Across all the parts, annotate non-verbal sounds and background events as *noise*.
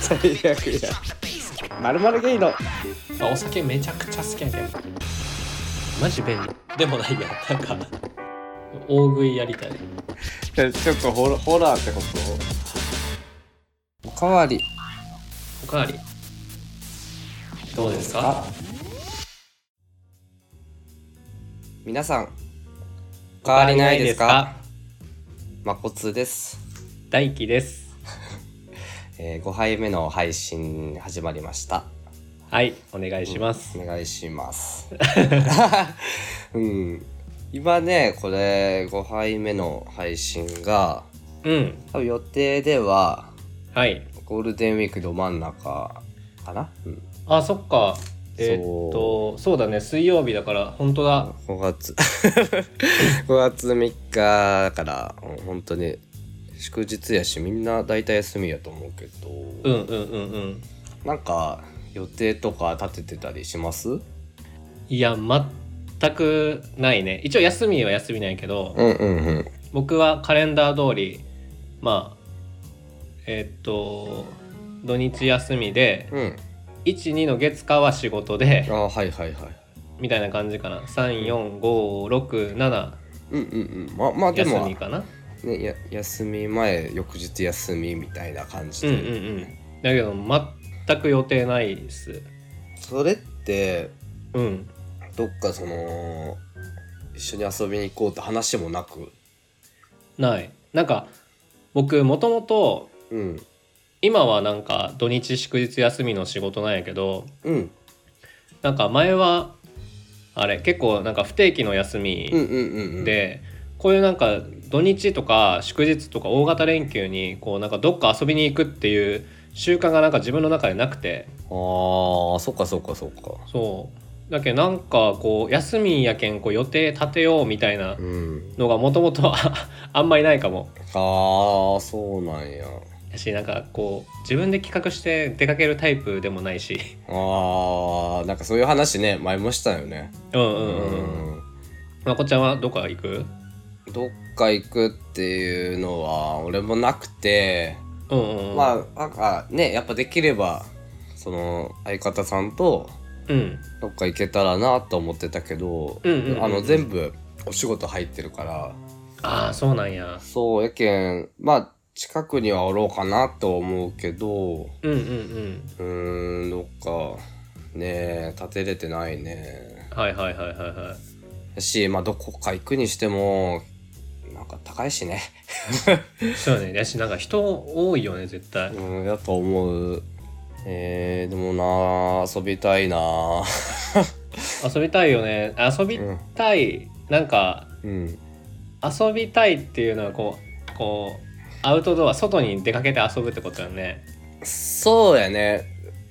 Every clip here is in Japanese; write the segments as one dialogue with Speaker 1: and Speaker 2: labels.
Speaker 1: 最悪や。まるまるゲイの。
Speaker 2: あお酒めちゃくちゃ好きやけどマジ便利でもないやなんか大食いやりたい
Speaker 1: ちょっとホラホラーってことおかわり。
Speaker 2: おかわりどうですか
Speaker 1: あ皆さん、おかわりないですかまこつです。
Speaker 2: 大輝です
Speaker 1: えー、5杯目の配信始まりました。
Speaker 2: はいお願いします、
Speaker 1: お願いし *laughs* ます。うん。今ね、これ5杯目の配信が、
Speaker 2: うん、
Speaker 1: 多分予定では
Speaker 2: はい
Speaker 1: ゴールデンウィークど真ん中かな、うん、
Speaker 2: あそっかえーっとそうだね水曜日だから本当だ
Speaker 1: ?5 月。5月3日だから、うん本当に祝日やし、みんな大体休みやと思うけど、
Speaker 2: うんうんうんうん
Speaker 1: なんか予定とか立ててたりしますうん
Speaker 2: いや全くないね一応休みは休みないけど、
Speaker 1: うんうん。
Speaker 2: 僕はカレンダー通りまあえーっと土日休みで
Speaker 1: うん。
Speaker 2: 12の月火は仕事で
Speaker 1: ああ、はいはいはい。
Speaker 2: みたいな感じかな34567
Speaker 1: うんうんうん。まあまあで
Speaker 2: 休
Speaker 1: も、
Speaker 2: みかな
Speaker 1: ね、や休み前翌日休みみたいな感じ
Speaker 2: う
Speaker 1: で、
Speaker 2: んうんうんだけど全く予定ないです
Speaker 1: それって
Speaker 2: うん
Speaker 1: どっかその一緒に遊びに行こうって話もなく
Speaker 2: ないなんか僕もともと
Speaker 1: うん
Speaker 2: 今はなんか土日祝日休みの仕事なんやけど
Speaker 1: うん
Speaker 2: なんか前はあれ結構なんか不定期の休み
Speaker 1: うんうんうんうん
Speaker 2: でこういうなんか土日とか祝日とか大型連休にこうなんかどっか遊びに行くっていう習慣がなんか自分の中でなくて
Speaker 1: あーそっかそっかそっか
Speaker 2: そうだけどなんかこう休みやけんこう予定立てようみたいな
Speaker 1: うん
Speaker 2: のがもともと *laughs* あんまりないかも
Speaker 1: ああそうなんや
Speaker 2: やしなんかこう自分で企画して出かけるタイプでもないし *laughs*
Speaker 1: あーなんかそういう話ね前もしたよね
Speaker 2: うんう
Speaker 1: うん
Speaker 2: うん、うん、まこちゃんはどこか行く
Speaker 1: どっか行くっていうのは俺もなくて
Speaker 2: うんうんうん
Speaker 1: まあなんかねやっぱできればその相方さんと
Speaker 2: うん
Speaker 1: どっか行けたらなと思ってたけど、
Speaker 2: うんうんうん
Speaker 1: あの全部お仕事入ってるから
Speaker 2: ああそうなんや
Speaker 1: そうやけんまあ近くにはおろうかなと思うけど
Speaker 2: うんうんうん
Speaker 1: うーんどっかねえ立てれてないね
Speaker 2: はいはいはいはいはい
Speaker 1: やしまあどこか行くにしてもなんか高いしね
Speaker 2: そうね。だし、なんか人多いよね、絶対。
Speaker 1: うんやっぱ思うえー、でもな遊びたいな *laughs*
Speaker 2: 遊びたいよね。遊びたい。なんか、
Speaker 1: うん
Speaker 2: 遊びたいっていうのは、こう、こう、アウトドア、外に出かけて遊ぶってことよね。
Speaker 1: そうやね。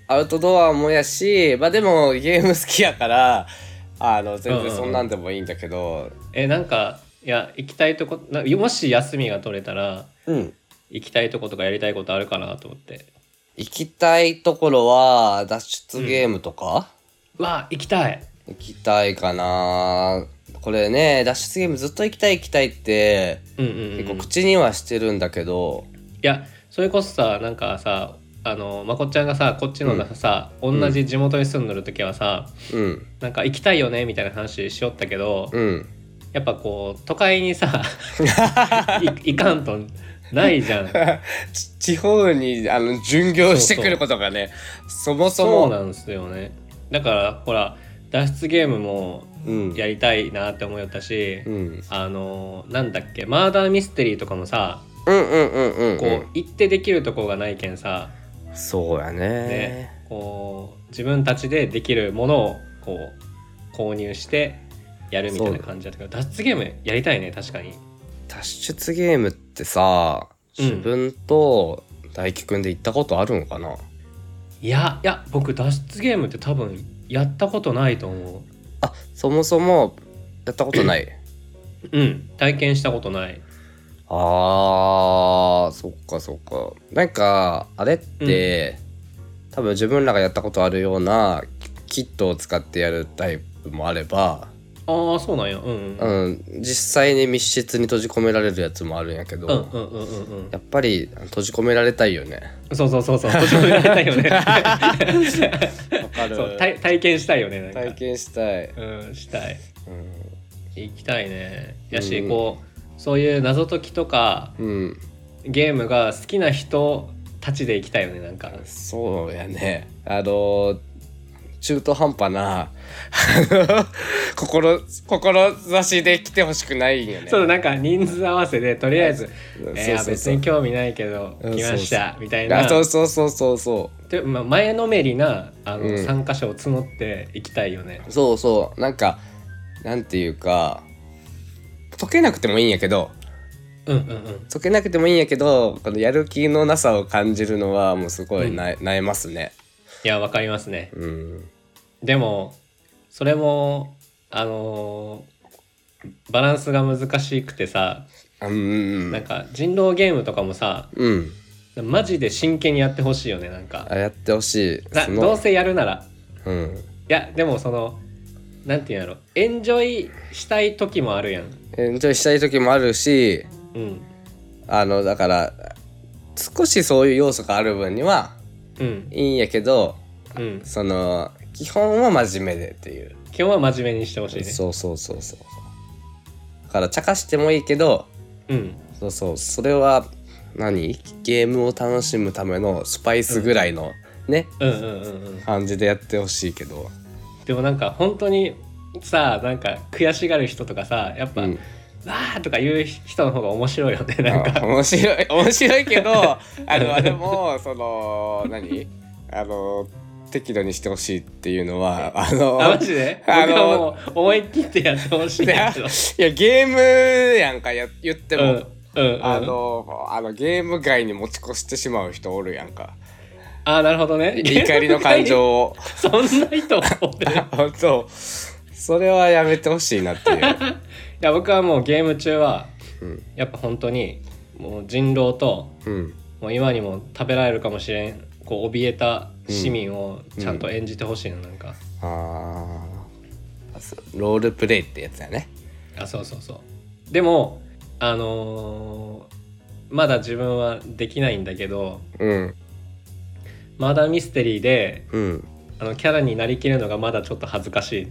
Speaker 1: アウトドアもやし、まあでもゲーム好きやから、あの、全然そんなんでもいいんだけど、
Speaker 2: え、なんか、いや、行きたいとこ、なもし休みが取れたら、
Speaker 1: うん。
Speaker 2: 行きたいとことかやりたいことあるかなと思って。
Speaker 1: 行きたいところは、脱出ゲームとか、
Speaker 2: うわ、行きたい。
Speaker 1: 行きたいかなこれね、脱出ゲームずっと行きたい行きたいって、
Speaker 2: うんうん、うん。
Speaker 1: 結構口にはしてるんだけど、
Speaker 2: いやそれこそさなんかさあのまこっちゃんがさこっちの
Speaker 1: うん
Speaker 2: さ、同じ地元に住んでる時はさ、
Speaker 1: うん、
Speaker 2: なんか行きたいよねみたいな話しよったけど、
Speaker 1: うん。
Speaker 2: やっぱこう都会
Speaker 1: *laughs*
Speaker 2: にさい行かんとな
Speaker 1: *laughs*
Speaker 2: いじゃん
Speaker 1: ち地方に、あの、巡業してくることがね、そもそ
Speaker 2: そ
Speaker 1: も、
Speaker 2: うなんですよねだからほら脱出ゲームも
Speaker 1: うん。
Speaker 2: やりたいなって思いよったし、
Speaker 1: うん。
Speaker 2: あのなんだっけマーダーミステリーとかもさ
Speaker 1: うんうんうんうんうん。
Speaker 2: こう、行ってできるとこがないけんさ、
Speaker 1: そうやね
Speaker 2: ね。こう自分たちでできるものをこう購入してやるみたいな感じだったけど脱出ゲームやりたいね確かに
Speaker 1: 脱出ゲームってさ、
Speaker 2: うん
Speaker 1: 自分と大輝くんで行ったことあるのかな、
Speaker 2: いやいや僕脱出ゲームって多分やったことないと思
Speaker 1: あそもそもやったことない
Speaker 2: ううん体験したことない
Speaker 1: あーそっかそっかなんかあれって、多分自分らがやったことあるようなキキットを使ってやるタイプもあれば
Speaker 2: あああそうなんやうんうん
Speaker 1: うん、実際に密室に閉じ込められるやつもあるんやけど、
Speaker 2: うんうんうんうんうん
Speaker 1: やっぱり閉じ込められたいよね
Speaker 2: そうそうそうそう閉じ込められたいよ
Speaker 1: *laughs*
Speaker 2: ね
Speaker 1: わか
Speaker 2: そう体体験したいよねなんか
Speaker 1: 体験したい、
Speaker 2: うんしたい
Speaker 1: うん
Speaker 2: 行きたいねやし、
Speaker 1: うん
Speaker 2: こうそういう謎解きとか
Speaker 1: うん、
Speaker 2: ゲームが好きな人たちで行きたいよねなんか
Speaker 1: そうやねあの中途半端なあの心志で来てほしくないんよね
Speaker 2: そうなんか人数合わせでとりあえず「
Speaker 1: うん
Speaker 2: え
Speaker 1: そうそ
Speaker 2: ー
Speaker 1: うそう
Speaker 2: 別に興味ないけど
Speaker 1: うん
Speaker 2: 来ました」みたいな
Speaker 1: あそうそうそうそうそ
Speaker 2: でまあ前のめりなあの、
Speaker 1: うん
Speaker 2: 参加者を募って行きたいよね
Speaker 1: うそうそうなんかなんていうか解けなくてもいいんやけど
Speaker 2: うんうんうん
Speaker 1: 解けなくてもいいんやけどこのやる気のなさを感じるのはもうすごいな、ええますね
Speaker 2: いやわかりますね
Speaker 1: うん
Speaker 2: でもそれもあのーバランスが難しくてさ
Speaker 1: うんうんう
Speaker 2: なん
Speaker 1: ん
Speaker 2: か人狼ゲームとかもさ
Speaker 1: うん
Speaker 2: マジで真剣にやってほしいよねなんか
Speaker 1: あやってほしい
Speaker 2: さ
Speaker 1: その
Speaker 2: どうせやるなら
Speaker 1: うん
Speaker 2: いやでもそのなんていうんやろエンジョイしたい時もあるやん
Speaker 1: エンジョイしたい時もあるし
Speaker 2: うん
Speaker 1: あのだから少しそういう要素がある分には
Speaker 2: うん
Speaker 1: いいんやけど
Speaker 2: うん
Speaker 1: その基本は真面目でっていう、
Speaker 2: 基本は真面目にしてほしいね
Speaker 1: そうそうそうそうだから茶化してもいいけど
Speaker 2: うん
Speaker 1: そうそうそれは何ゲームを楽しむためのスパイスぐらいのね、
Speaker 2: うんうんうんうん
Speaker 1: 感じでやってほしいけど、
Speaker 2: でもなんか本当にさなんか悔しがる人とかさやっぱ「
Speaker 1: うん
Speaker 2: わー」とか言う人の方が面白いよねなん
Speaker 1: あ
Speaker 2: か
Speaker 1: 面白い *laughs* 面白いけどあのあれもその何あの適度にしてほしいっていうのはあの
Speaker 2: あマジで僕
Speaker 1: あの
Speaker 2: はもう思い切ってやってほしいんだけど
Speaker 1: いやゲームやんかや言って
Speaker 2: う
Speaker 1: も、
Speaker 2: んうんうん
Speaker 1: あのあのゲーム外に持ち越してしまう人おるやんか
Speaker 2: あなるほどね
Speaker 1: 怒りの感情を
Speaker 2: *laughs* そんな人おる
Speaker 1: 本当 *laughs* それはやめてほしいなっていう
Speaker 2: いや僕はもうゲーム中は、
Speaker 1: うん
Speaker 2: やっぱ本当にもう人狼と
Speaker 1: うん
Speaker 2: もう今にも食べられるかもしれんこう怯えた市民をちゃんと演じてほしいの、なんか
Speaker 1: あーそロールプレイってやつやね
Speaker 2: あそうそうそうでもあのーまだ自分はできないんだけど
Speaker 1: うん
Speaker 2: マーダーミステリーで
Speaker 1: うん
Speaker 2: あのキャラになりきるのがまだちょっと恥ずかしい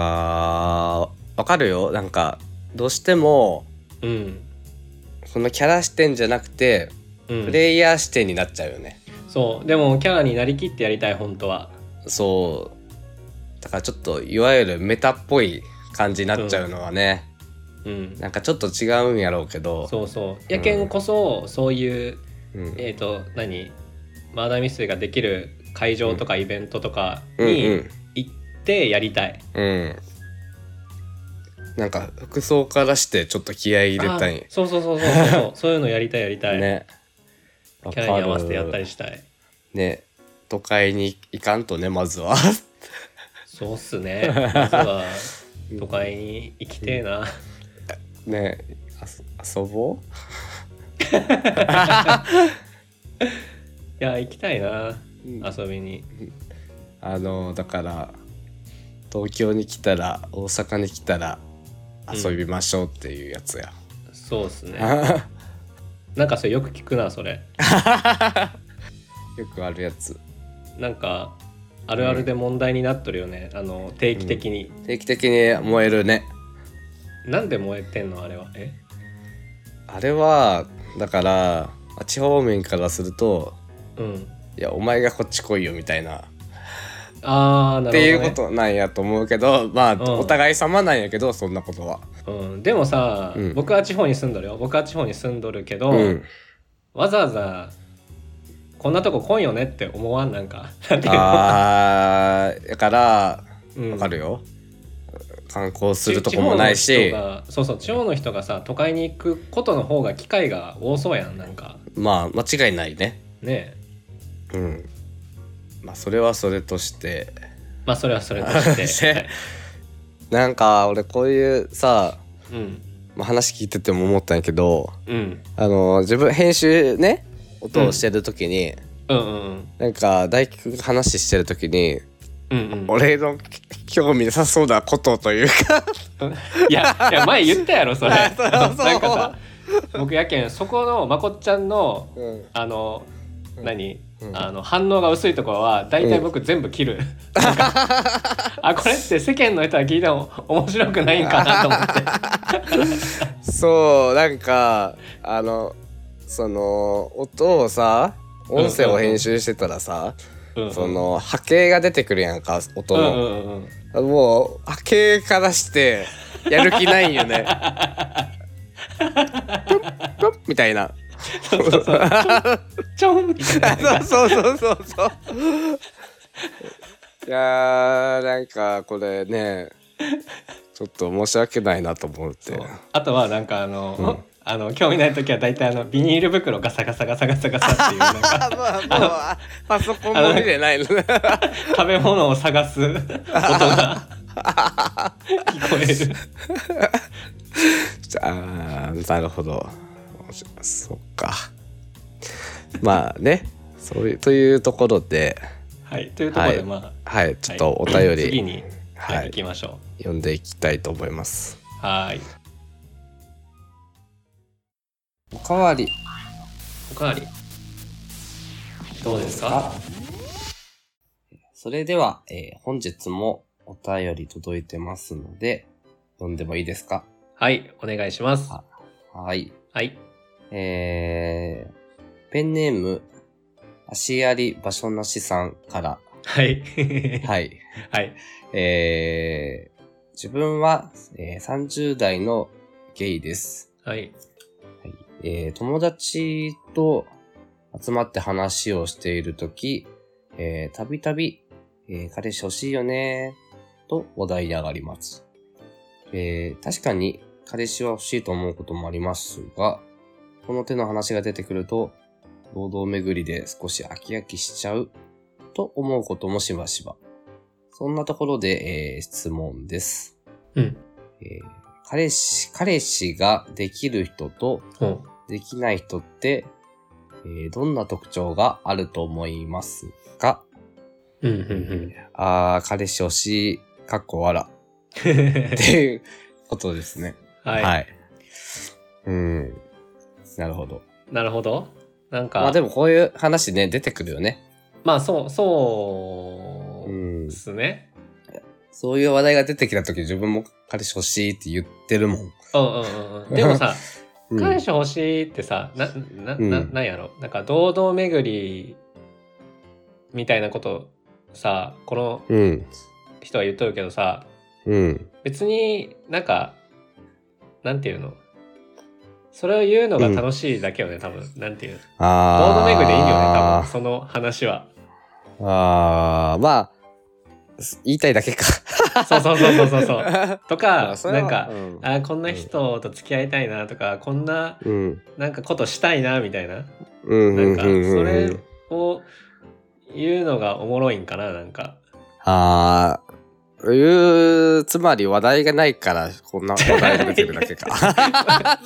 Speaker 1: あーわかるよなんかどうしても
Speaker 2: うん、
Speaker 1: そのキャラ視点じゃなくて
Speaker 2: うん、
Speaker 1: プレイヤー視点になっちゃうよね、
Speaker 2: そうでもキャラになりきってやりたい本当は
Speaker 1: そうだからちょっといわゆるメタっぽい感じになっちゃうのはね、
Speaker 2: うん
Speaker 1: なんかちょっと違うんやろうけど
Speaker 2: そうそうやけんこそそういう
Speaker 1: うん
Speaker 2: えっ、と何マーダーミステリーができる会場とかイベントとか
Speaker 1: うんう
Speaker 2: に
Speaker 1: ん
Speaker 2: 行ってやりたい、
Speaker 1: うんなんか服装からしてちょっと気合い入れたい
Speaker 2: あそうそうそうそうそ
Speaker 1: *laughs*
Speaker 2: うそうそういうのやりたいやりたい、
Speaker 1: ね
Speaker 2: キャラに合わせてやったり
Speaker 1: わか
Speaker 2: したい
Speaker 1: るね都会に行かんとねまずは *laughs*
Speaker 2: そうっすね。まずは都会に行きてえな。
Speaker 1: ねあそ遊ぼ
Speaker 2: いや、行きたいな。
Speaker 1: う、うん
Speaker 2: 遊びに。
Speaker 1: あのだから東京に来たら大阪に来たら遊びましょうっていうやつや、
Speaker 2: そうっすね。なんかそれよく聞くな、それ。
Speaker 1: *laughs* よくあるやつ
Speaker 2: なんか、あるあるで問題になっとるよね。あの、定期的に。
Speaker 1: 定期的に燃えるね
Speaker 2: なんで燃えてんのあれは。え
Speaker 1: あれはだからあ地方面からすると
Speaker 2: うん。
Speaker 1: いやお前がこっち来いよみたいな、
Speaker 2: あー、なるほど、ね。
Speaker 1: っていうことなんやと思うけどまあ、
Speaker 2: ん
Speaker 1: お互い様なんやけどそんなことは
Speaker 2: うん、でもさ、
Speaker 1: うん
Speaker 2: 僕は地方に住んどるよ。僕は地方に住んどるけど、 *laughs*
Speaker 1: うん
Speaker 2: わざわざ、こんなとこ来んよねって思わんなんか。なんていうの
Speaker 1: あーだから
Speaker 2: うん
Speaker 1: わかるよ、観光するとこもない
Speaker 2: 地
Speaker 1: し
Speaker 2: 方の人がそうそう地方の人がさ都会に行くことの方が機会が多そうやんなんか
Speaker 1: まあ間違いないね
Speaker 2: ね
Speaker 1: うんまあそれはそれとして
Speaker 2: えまあそれはそれとし
Speaker 1: *laughs*
Speaker 2: て、はい
Speaker 1: なんか俺こういうさ、
Speaker 2: うん
Speaker 1: まあ、話聞いてても思ったんやけど
Speaker 2: うん、
Speaker 1: あの自分編集ね音をしてる時に、
Speaker 2: うんうんうん
Speaker 1: なんか大輝くんが話してる時に
Speaker 2: うんうん、
Speaker 1: 俺の興味なさそうなことというか
Speaker 2: いやいや前言ったやろそれ
Speaker 1: あそう
Speaker 2: なん
Speaker 1: そう
Speaker 2: かさ僕やけんそこのまこっちゃんの
Speaker 1: うん
Speaker 2: あの、
Speaker 1: うん
Speaker 2: 何、
Speaker 1: うん
Speaker 2: あの反応が薄いところは大体僕全部切る、なんかあこれって世間の人は聞いても面白くないんかなと思っ
Speaker 1: *laughs*
Speaker 2: て
Speaker 1: そうなんかあのその音をさ音声を編集してたらさ、
Speaker 2: うんうん
Speaker 1: その波形が出てくるやんか音
Speaker 2: うん
Speaker 1: の、
Speaker 2: うんうん
Speaker 1: あもう波形からしてやる気ないんよねプップッみたいな
Speaker 2: そうそうそうちょんちょんみたいな
Speaker 1: あそうそうそうそうそういやーなんかこれねちょっと申し訳ないなと思って
Speaker 2: そうあとはなんかあの、あの興味ない時は大体あのビニール袋ガサガサガサガサガサっていうなんか
Speaker 1: あまあもうあパソコンも見れないのね
Speaker 2: *laughs* 食べ物を探す音が
Speaker 1: *laughs*
Speaker 2: 聞こえる
Speaker 1: あーなるほどそっかまあねそういうというところで
Speaker 2: はいというところで
Speaker 1: はい
Speaker 2: まあ、
Speaker 1: はいちょっとお
Speaker 2: は
Speaker 1: 便
Speaker 2: い次
Speaker 1: り
Speaker 2: に、
Speaker 1: はい
Speaker 2: はい、行きましょ
Speaker 1: 読んでいきたいと思います
Speaker 2: うはい
Speaker 1: おかわり
Speaker 2: おかわりどうですか
Speaker 1: それでは、えー本日もお便り届いてますので、読んでもいいですか
Speaker 2: はいお願いします
Speaker 1: あはい。
Speaker 2: はい
Speaker 1: えー、ペンネーム、足あり場所なしさんから、
Speaker 2: はい *laughs*
Speaker 1: はい。
Speaker 2: はい
Speaker 1: えー、自分は、えー30代のゲイです。
Speaker 2: はい
Speaker 1: えー友達と集まって話をしているとき、えーたびたび、えー彼氏欲しいよねーと話題に上がります。えー確かに彼氏は欲しいと思うこともありますが、この手の話が出てくると、堂々巡りで少し飽き飽きしちゃうと思うこともしばしば。そんなところで、えー質問です。
Speaker 2: うん
Speaker 1: えー彼氏、彼氏ができる人と
Speaker 2: うん
Speaker 1: できない人って、えーどんな特徴があると思いますか
Speaker 2: うんうん
Speaker 1: あー、彼氏欲しい、かっこわら。
Speaker 2: うん
Speaker 1: *laughs* っていうことですね。
Speaker 2: は、
Speaker 1: はいい。うん。なるほど。
Speaker 2: なるほどなんか
Speaker 1: まあでもこういう話ね、出てくるよね。
Speaker 2: まあそうそううんで。すね。
Speaker 1: そういう話題が出てきた時自分も彼氏欲しいって言ってるもん。
Speaker 2: うんうんうんうん。でもさ、
Speaker 1: うん、
Speaker 2: 彼氏欲しいってさ、な、な、
Speaker 1: うん
Speaker 2: な、なんやろ。なんか堂々巡りみたいなことさ、この
Speaker 1: うん。
Speaker 2: 人は言っとるけどさ、
Speaker 1: うん。
Speaker 2: 別になんか、なんていうのそれを言うのが楽しいだけよね、多分。なんていうの堂
Speaker 1: あー。
Speaker 2: 々巡りでいいよね、多分。その
Speaker 1: *laughs*
Speaker 2: 話は。
Speaker 1: あー、まあ、す言いたいだけか。
Speaker 2: そうそうそうそうそ
Speaker 1: *laughs*
Speaker 2: うそう。と
Speaker 1: ま
Speaker 2: か
Speaker 1: あ、それ
Speaker 2: な
Speaker 1: は
Speaker 2: んか
Speaker 1: う、ん
Speaker 2: あーこんな人と付き合いたいなとか、こんな、
Speaker 1: うん。
Speaker 2: なんかことしたいな、みたいな。
Speaker 1: うん
Speaker 2: なんか、
Speaker 1: う
Speaker 2: そ
Speaker 1: んうんうん
Speaker 2: れを言うのがおもろいんかな、なんか。
Speaker 1: ああ、いう、つまり話題がないから、こんな話題が出てるだけか。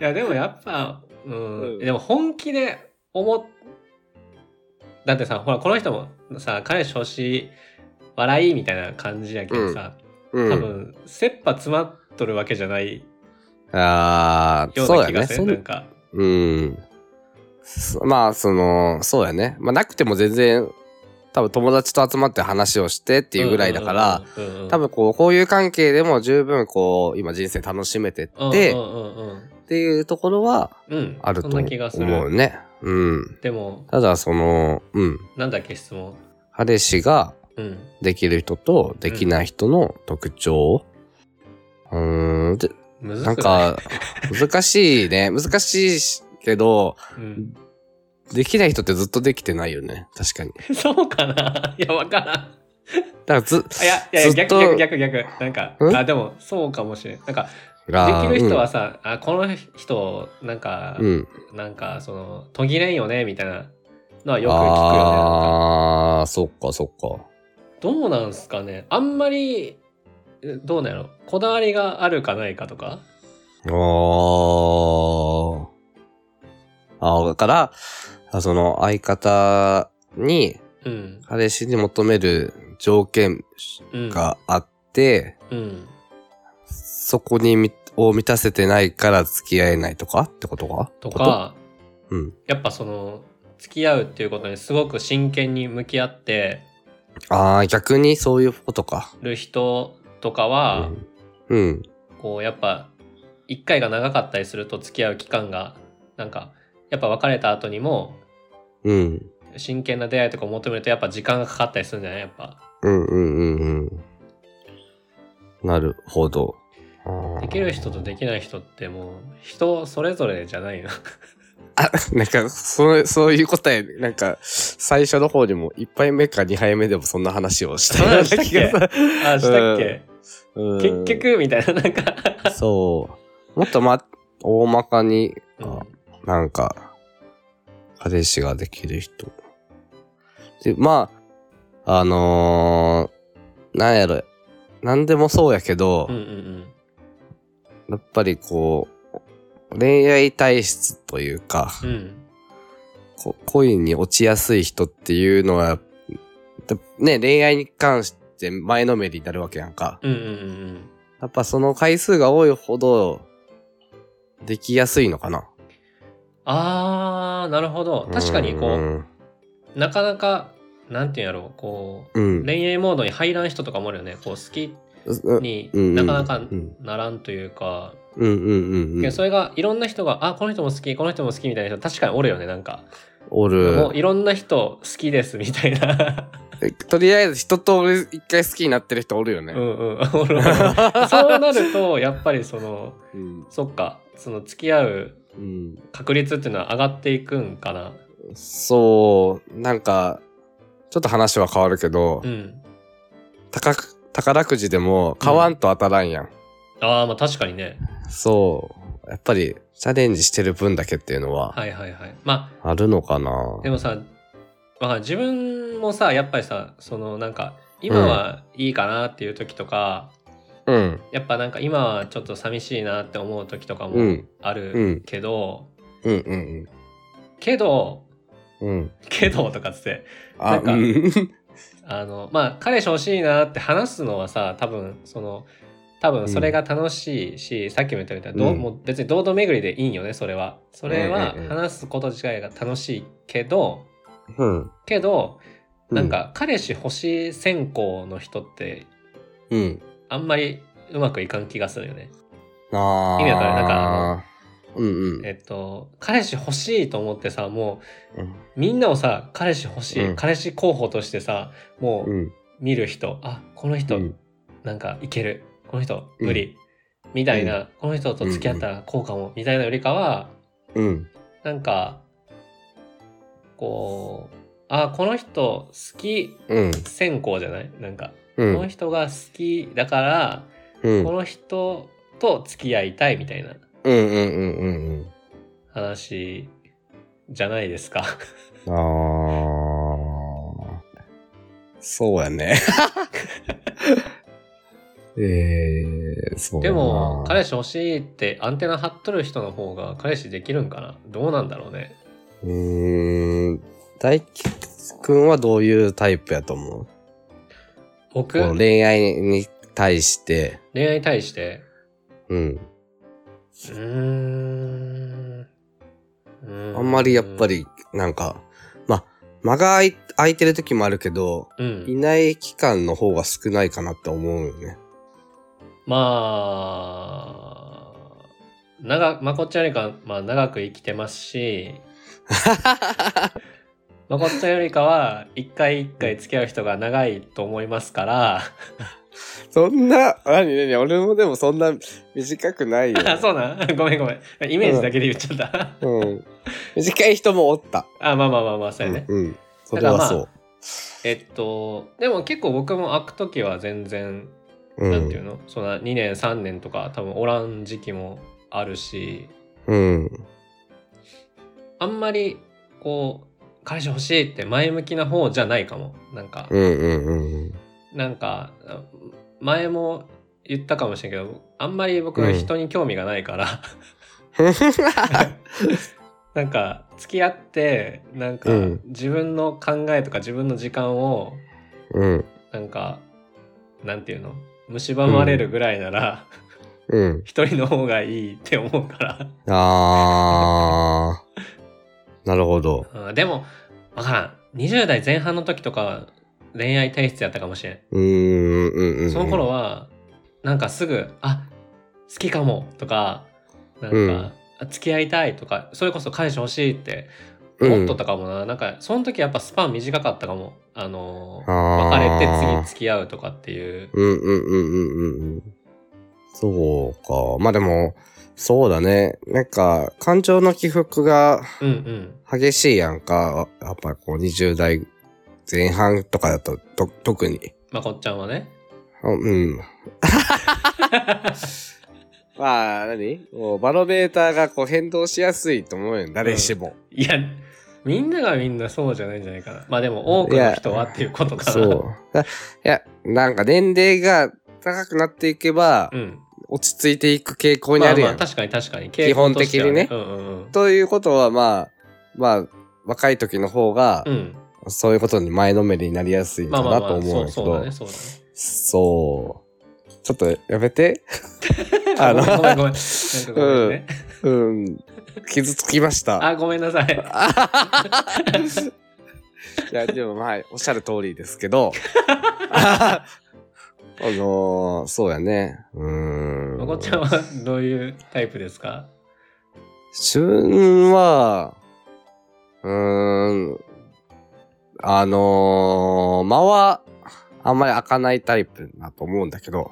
Speaker 2: いや、でもやっぱ、うん、
Speaker 1: うん
Speaker 2: でも本気で思っ、だってさ、ほら、この人もさ、彼氏欲しい、笑いみたいな感じやけどさ、
Speaker 1: *laughs* う
Speaker 2: 多
Speaker 1: ん。
Speaker 2: 分、切羽詰まっとるわけじゃない
Speaker 1: ああ、
Speaker 2: よう
Speaker 1: そう
Speaker 2: な
Speaker 1: や
Speaker 2: 気が
Speaker 1: ね。
Speaker 2: する、
Speaker 1: そん
Speaker 2: なんか。
Speaker 1: うん。そまあ、その、そうやね。まあ、なくても全然、多分友達と集まって話をしてっていうぐらいだから、
Speaker 2: うんうんうんうん、
Speaker 1: 多分こう、こういう関係でも十分こう、今人生楽しめて
Speaker 2: うんうんうん、
Speaker 1: って、
Speaker 2: う
Speaker 1: っ
Speaker 2: んうんうん
Speaker 1: ていうところは
Speaker 2: うん、
Speaker 1: あると
Speaker 2: そんな気がす
Speaker 1: 思う
Speaker 2: る。
Speaker 1: ね。うん。
Speaker 2: でも、
Speaker 1: ただ、その、うん。
Speaker 2: なんだっけ、質問。
Speaker 1: 彼氏が、
Speaker 2: うん。
Speaker 1: できる人とできない人の特徴。うーん、で、
Speaker 2: むずく
Speaker 1: なん、か、難しいね。 *laughs* 難しいしけど、
Speaker 2: うん *laughs*
Speaker 1: できない人ってずっとできてないよね。確かに。
Speaker 2: そうかな *laughs* いや、わからん。
Speaker 1: だからず、
Speaker 2: あいや、いや
Speaker 1: ずっ
Speaker 2: 逆
Speaker 1: と
Speaker 2: 逆逆逆。なんか、
Speaker 1: ん
Speaker 2: あ、でも、そうかもしれん。なんか、
Speaker 1: あー
Speaker 2: できる人は、さ、あ、この人、なんか、
Speaker 1: うん。うん、
Speaker 2: なんか、その、途切れんよね、みたいなのはよく聞くよねなんか。
Speaker 1: ああ、そっかそっか。
Speaker 2: どうなんすかねあんまり、えどうなんやろこだわりがあるかないかとか
Speaker 1: あーあー。だから、あその相方に、
Speaker 2: うん。
Speaker 1: 彼氏に求める条件
Speaker 2: うん。
Speaker 1: があって、
Speaker 2: うん。
Speaker 1: そこにみを満たせてないから付き合えないとかってことか
Speaker 2: とか、
Speaker 1: ことうん。
Speaker 2: やっぱその、付き合うっていうことにすごく真剣に向き合って
Speaker 1: ああ、逆にそういうことか。
Speaker 2: る人とかは、
Speaker 1: うん。うん。
Speaker 2: こうやっぱ1回が長かったりすると付き合う期間がなんかやっぱ別れた後にも
Speaker 1: うん。
Speaker 2: 真剣な出会いとかを求めるとやっぱ時間がかかったりするんじゃないやっぱ
Speaker 1: うんうんうんうん。なるほど。あー
Speaker 2: できる人とできない人ってもう人それぞれじゃないな *laughs*
Speaker 1: あ、 *laughs* なんか、そう、そういう答え、なんか、最初の方にも、1杯目か2杯目でもそんな話をしたような
Speaker 2: そんな
Speaker 1: 気がする
Speaker 2: あしたっけ、
Speaker 1: うん
Speaker 2: 結局みたいななんか
Speaker 1: そう。もっとま、大まかに、
Speaker 2: うん
Speaker 1: なんか、彼氏ができる人。で、まあ、あのー、なんやろ、なんでもそうやけど、
Speaker 2: うんうん
Speaker 1: やっぱりこう、恋愛体質というか、
Speaker 2: うんうん
Speaker 1: こ恋に落ちやすい人っていうのは、だね、恋愛に関して前のめりになるわけやんか。
Speaker 2: うんうんうん
Speaker 1: やっぱその回数が多いほど、できやすいのかな。
Speaker 2: あーなるほど確かにこ
Speaker 1: う。
Speaker 2: うんなかなかなんていうんやろうこ
Speaker 1: う。
Speaker 2: うん恋愛モードに入らん人とかもあるよねこう好き
Speaker 1: うん
Speaker 2: に
Speaker 1: うん
Speaker 2: なかなか
Speaker 1: うん
Speaker 2: ならんというか、
Speaker 1: うんうんう
Speaker 2: けど
Speaker 1: ん。
Speaker 2: それがいろんな人が「あこの人も好きこの人も好き」みたいな人確かにおるよねなんか、
Speaker 1: お
Speaker 2: もう
Speaker 1: る。
Speaker 2: いろんな人好きですみたい *laughs* な
Speaker 1: とりあえず人と一回好きになってる人おるよね
Speaker 2: う。んうんおるおる *laughs* そうなるとやっぱりその
Speaker 1: うん。
Speaker 2: そっかその付き合う
Speaker 1: うん。
Speaker 2: 確率っていうのは上がっていくんかな
Speaker 1: そう、なんか、ちょっと話は変わるけど
Speaker 2: う、ん
Speaker 1: 高く宝くじでも買わんと当たらんやん。
Speaker 2: あーまあ確かにね
Speaker 1: そう。やっぱり、チャレンジしてる分だけっていうのは、
Speaker 2: はいはいはいま
Speaker 1: あるのかな、
Speaker 2: あでもさわかる自分もさやっぱりさそのなんか今はいいかなっていう時とか、
Speaker 1: うん。
Speaker 2: やっぱなんか今はちょっと寂しいなって思う時とか
Speaker 1: う
Speaker 2: も
Speaker 1: ん
Speaker 2: あ
Speaker 1: う
Speaker 2: る
Speaker 1: ん
Speaker 2: けど、
Speaker 1: うんうん
Speaker 2: けど
Speaker 1: うん。うん。
Speaker 2: けどとかっつって
Speaker 1: あ、
Speaker 2: なんか
Speaker 1: うん。
Speaker 2: あのまあ彼氏欲しいなって話すのはさ多分その多分それが楽しいし、さっきも言ったみたいにど
Speaker 1: う
Speaker 2: う
Speaker 1: ん
Speaker 2: もう別に堂々巡りでいいんよねそれは。それは
Speaker 1: うんうんうん
Speaker 2: 話すこと自体が楽しいけど
Speaker 1: うん。
Speaker 2: けどなん、か彼氏欲しい選考の人って
Speaker 1: うん。
Speaker 2: あんまりうまくいかん気がするよね。
Speaker 1: あー
Speaker 2: 意味わかるなんかあ
Speaker 1: う
Speaker 2: の、
Speaker 1: んうん。
Speaker 2: えっと彼氏欲しいと思ってさもう
Speaker 1: うん
Speaker 2: みんなをさ彼氏欲しい、
Speaker 1: うん
Speaker 2: 彼氏候補としてさもう
Speaker 1: うん。
Speaker 2: 見る人、あこの人、
Speaker 1: うん
Speaker 2: なんかいけるこの人
Speaker 1: うん
Speaker 2: 無理、みたいな、この人と付き合ったらこうかもみたいなよりかは
Speaker 1: うん。
Speaker 2: なんかこうあこの人好き
Speaker 1: うん。
Speaker 2: 選考じゃないなんか、
Speaker 1: う
Speaker 2: この
Speaker 1: ん。
Speaker 2: 人が好きだから、
Speaker 1: うん。
Speaker 2: この人と付き合いたいみたいな
Speaker 1: うんうんうんうん
Speaker 2: 話じゃないで
Speaker 1: *laughs*
Speaker 2: すか。
Speaker 1: うん。ああ。そうやね。 *laughs* ええー、そう
Speaker 2: で
Speaker 1: やな
Speaker 2: も彼氏欲しいってアンテナ張っとる人の方が彼氏できるんかなどうなんだろうね
Speaker 1: うーん。大輝くんはどういうタイプやと思う
Speaker 2: 僕
Speaker 1: この
Speaker 2: 恋
Speaker 1: 恋愛に対して、
Speaker 2: 愛に対して
Speaker 1: うん。
Speaker 2: うーんうー
Speaker 1: あんまりやっぱり、なんか、まあ、間が空い空いてる時もあるけど、
Speaker 2: う
Speaker 1: い
Speaker 2: ん
Speaker 1: ない期間の方が少ないかなって思うよ
Speaker 2: *laughs*
Speaker 1: ね。
Speaker 2: まあ長まこっちゃんよりか、まあ、長く生きてますしまこっちゃんよりかは一回一回付き合う人が長いと思いますから *laughs*
Speaker 1: そんな、なになに、俺もでもそんな短く
Speaker 2: *laughs*
Speaker 1: ないよ。
Speaker 2: あそうなんごめんごめんイメージだけで言っちゃった、
Speaker 1: うん。短い人もおった。
Speaker 2: あまあまあまあまあそうやね、
Speaker 1: うんうん。それはそう。
Speaker 2: えっとでも結構僕も開く時は全然、
Speaker 1: う。
Speaker 2: なんていうんのそんな2年3年とか多分おらん時期もあるし
Speaker 1: うん。
Speaker 2: あんまりこう彼氏欲しいって前向きな方じゃないかもなんか、
Speaker 1: うんうんうん
Speaker 2: なんかあ前も言ったかもしれんけどあんまり僕
Speaker 1: うん
Speaker 2: 人に興味がないから、 *laughs* なんか付き合ってなんか
Speaker 1: うん
Speaker 2: 自分の考えとか自分の時間を
Speaker 1: うん。
Speaker 2: なんかなんていうの蝕まれるぐらいなら
Speaker 1: うん。
Speaker 2: *laughs* 一人の方がいいって思うから
Speaker 1: あー。なるほど。
Speaker 2: うんでも分からん20代前半の時とかは恋愛体質やったかもしれん
Speaker 1: うーん、うん、うん。
Speaker 2: その頃はなんかすぐ「あ好きかも」とかなんか、
Speaker 1: うん
Speaker 2: あ付き合いたいとかそれこそ彼氏欲しいって
Speaker 1: うん
Speaker 2: 思っとったかもな、なんかその時やっぱスパン短かったかもあのー
Speaker 1: あ
Speaker 2: 別れて
Speaker 1: ー
Speaker 2: 次付き合うとかっていう
Speaker 1: うんうんうんうんうんうん。そうか。まあでも、そうだね。なんか、感情の起伏が
Speaker 2: うんうん
Speaker 1: 激しいやんか。やっぱこう20代前半とかだと、と特に。
Speaker 2: まこっちゃんは
Speaker 1: *laughs*
Speaker 2: ね
Speaker 1: あうん。まあ、何もうバロメーターがこう変動しやすいと思うよ。誰しも。
Speaker 2: いやみんながみんなそうじゃないんじゃないかなまあでも多くの人はっていうことかな
Speaker 1: そう。あ *laughs* いや、なんか年齢が高くなっていけば、
Speaker 2: うん
Speaker 1: 落ち着いていく傾向に
Speaker 2: ま
Speaker 1: あ
Speaker 2: あ
Speaker 1: る
Speaker 2: ま
Speaker 1: や
Speaker 2: あ
Speaker 1: ん。
Speaker 2: 確かに確かに
Speaker 1: 基本的にね
Speaker 2: 傾向としてはうんうん
Speaker 1: ということはまあまあ若い時の方が
Speaker 2: うん、うん
Speaker 1: そういうことに前のめりになりやすい
Speaker 2: まあ
Speaker 1: か
Speaker 2: まあ
Speaker 1: な
Speaker 2: ま
Speaker 1: と
Speaker 2: あ
Speaker 1: 思
Speaker 2: そううん
Speaker 1: だけ
Speaker 2: そ
Speaker 1: ど
Speaker 2: うだねそうだね
Speaker 1: そうちょっとやめてあ
Speaker 2: *laughs* あ
Speaker 1: の
Speaker 2: ごめんごめん。なんかごめんね。
Speaker 1: うん傷つきました
Speaker 2: あ、ごめんなさい。
Speaker 1: いやでもまあおっしゃる通りですけ
Speaker 2: *laughs*
Speaker 1: どあのー、そうやねう
Speaker 2: まこっち
Speaker 1: ー
Speaker 2: ゃん
Speaker 1: ん
Speaker 2: はどういうタイプですか
Speaker 1: 旬はうーんあのー、間はあんまり開かないタイプだと思うんだけど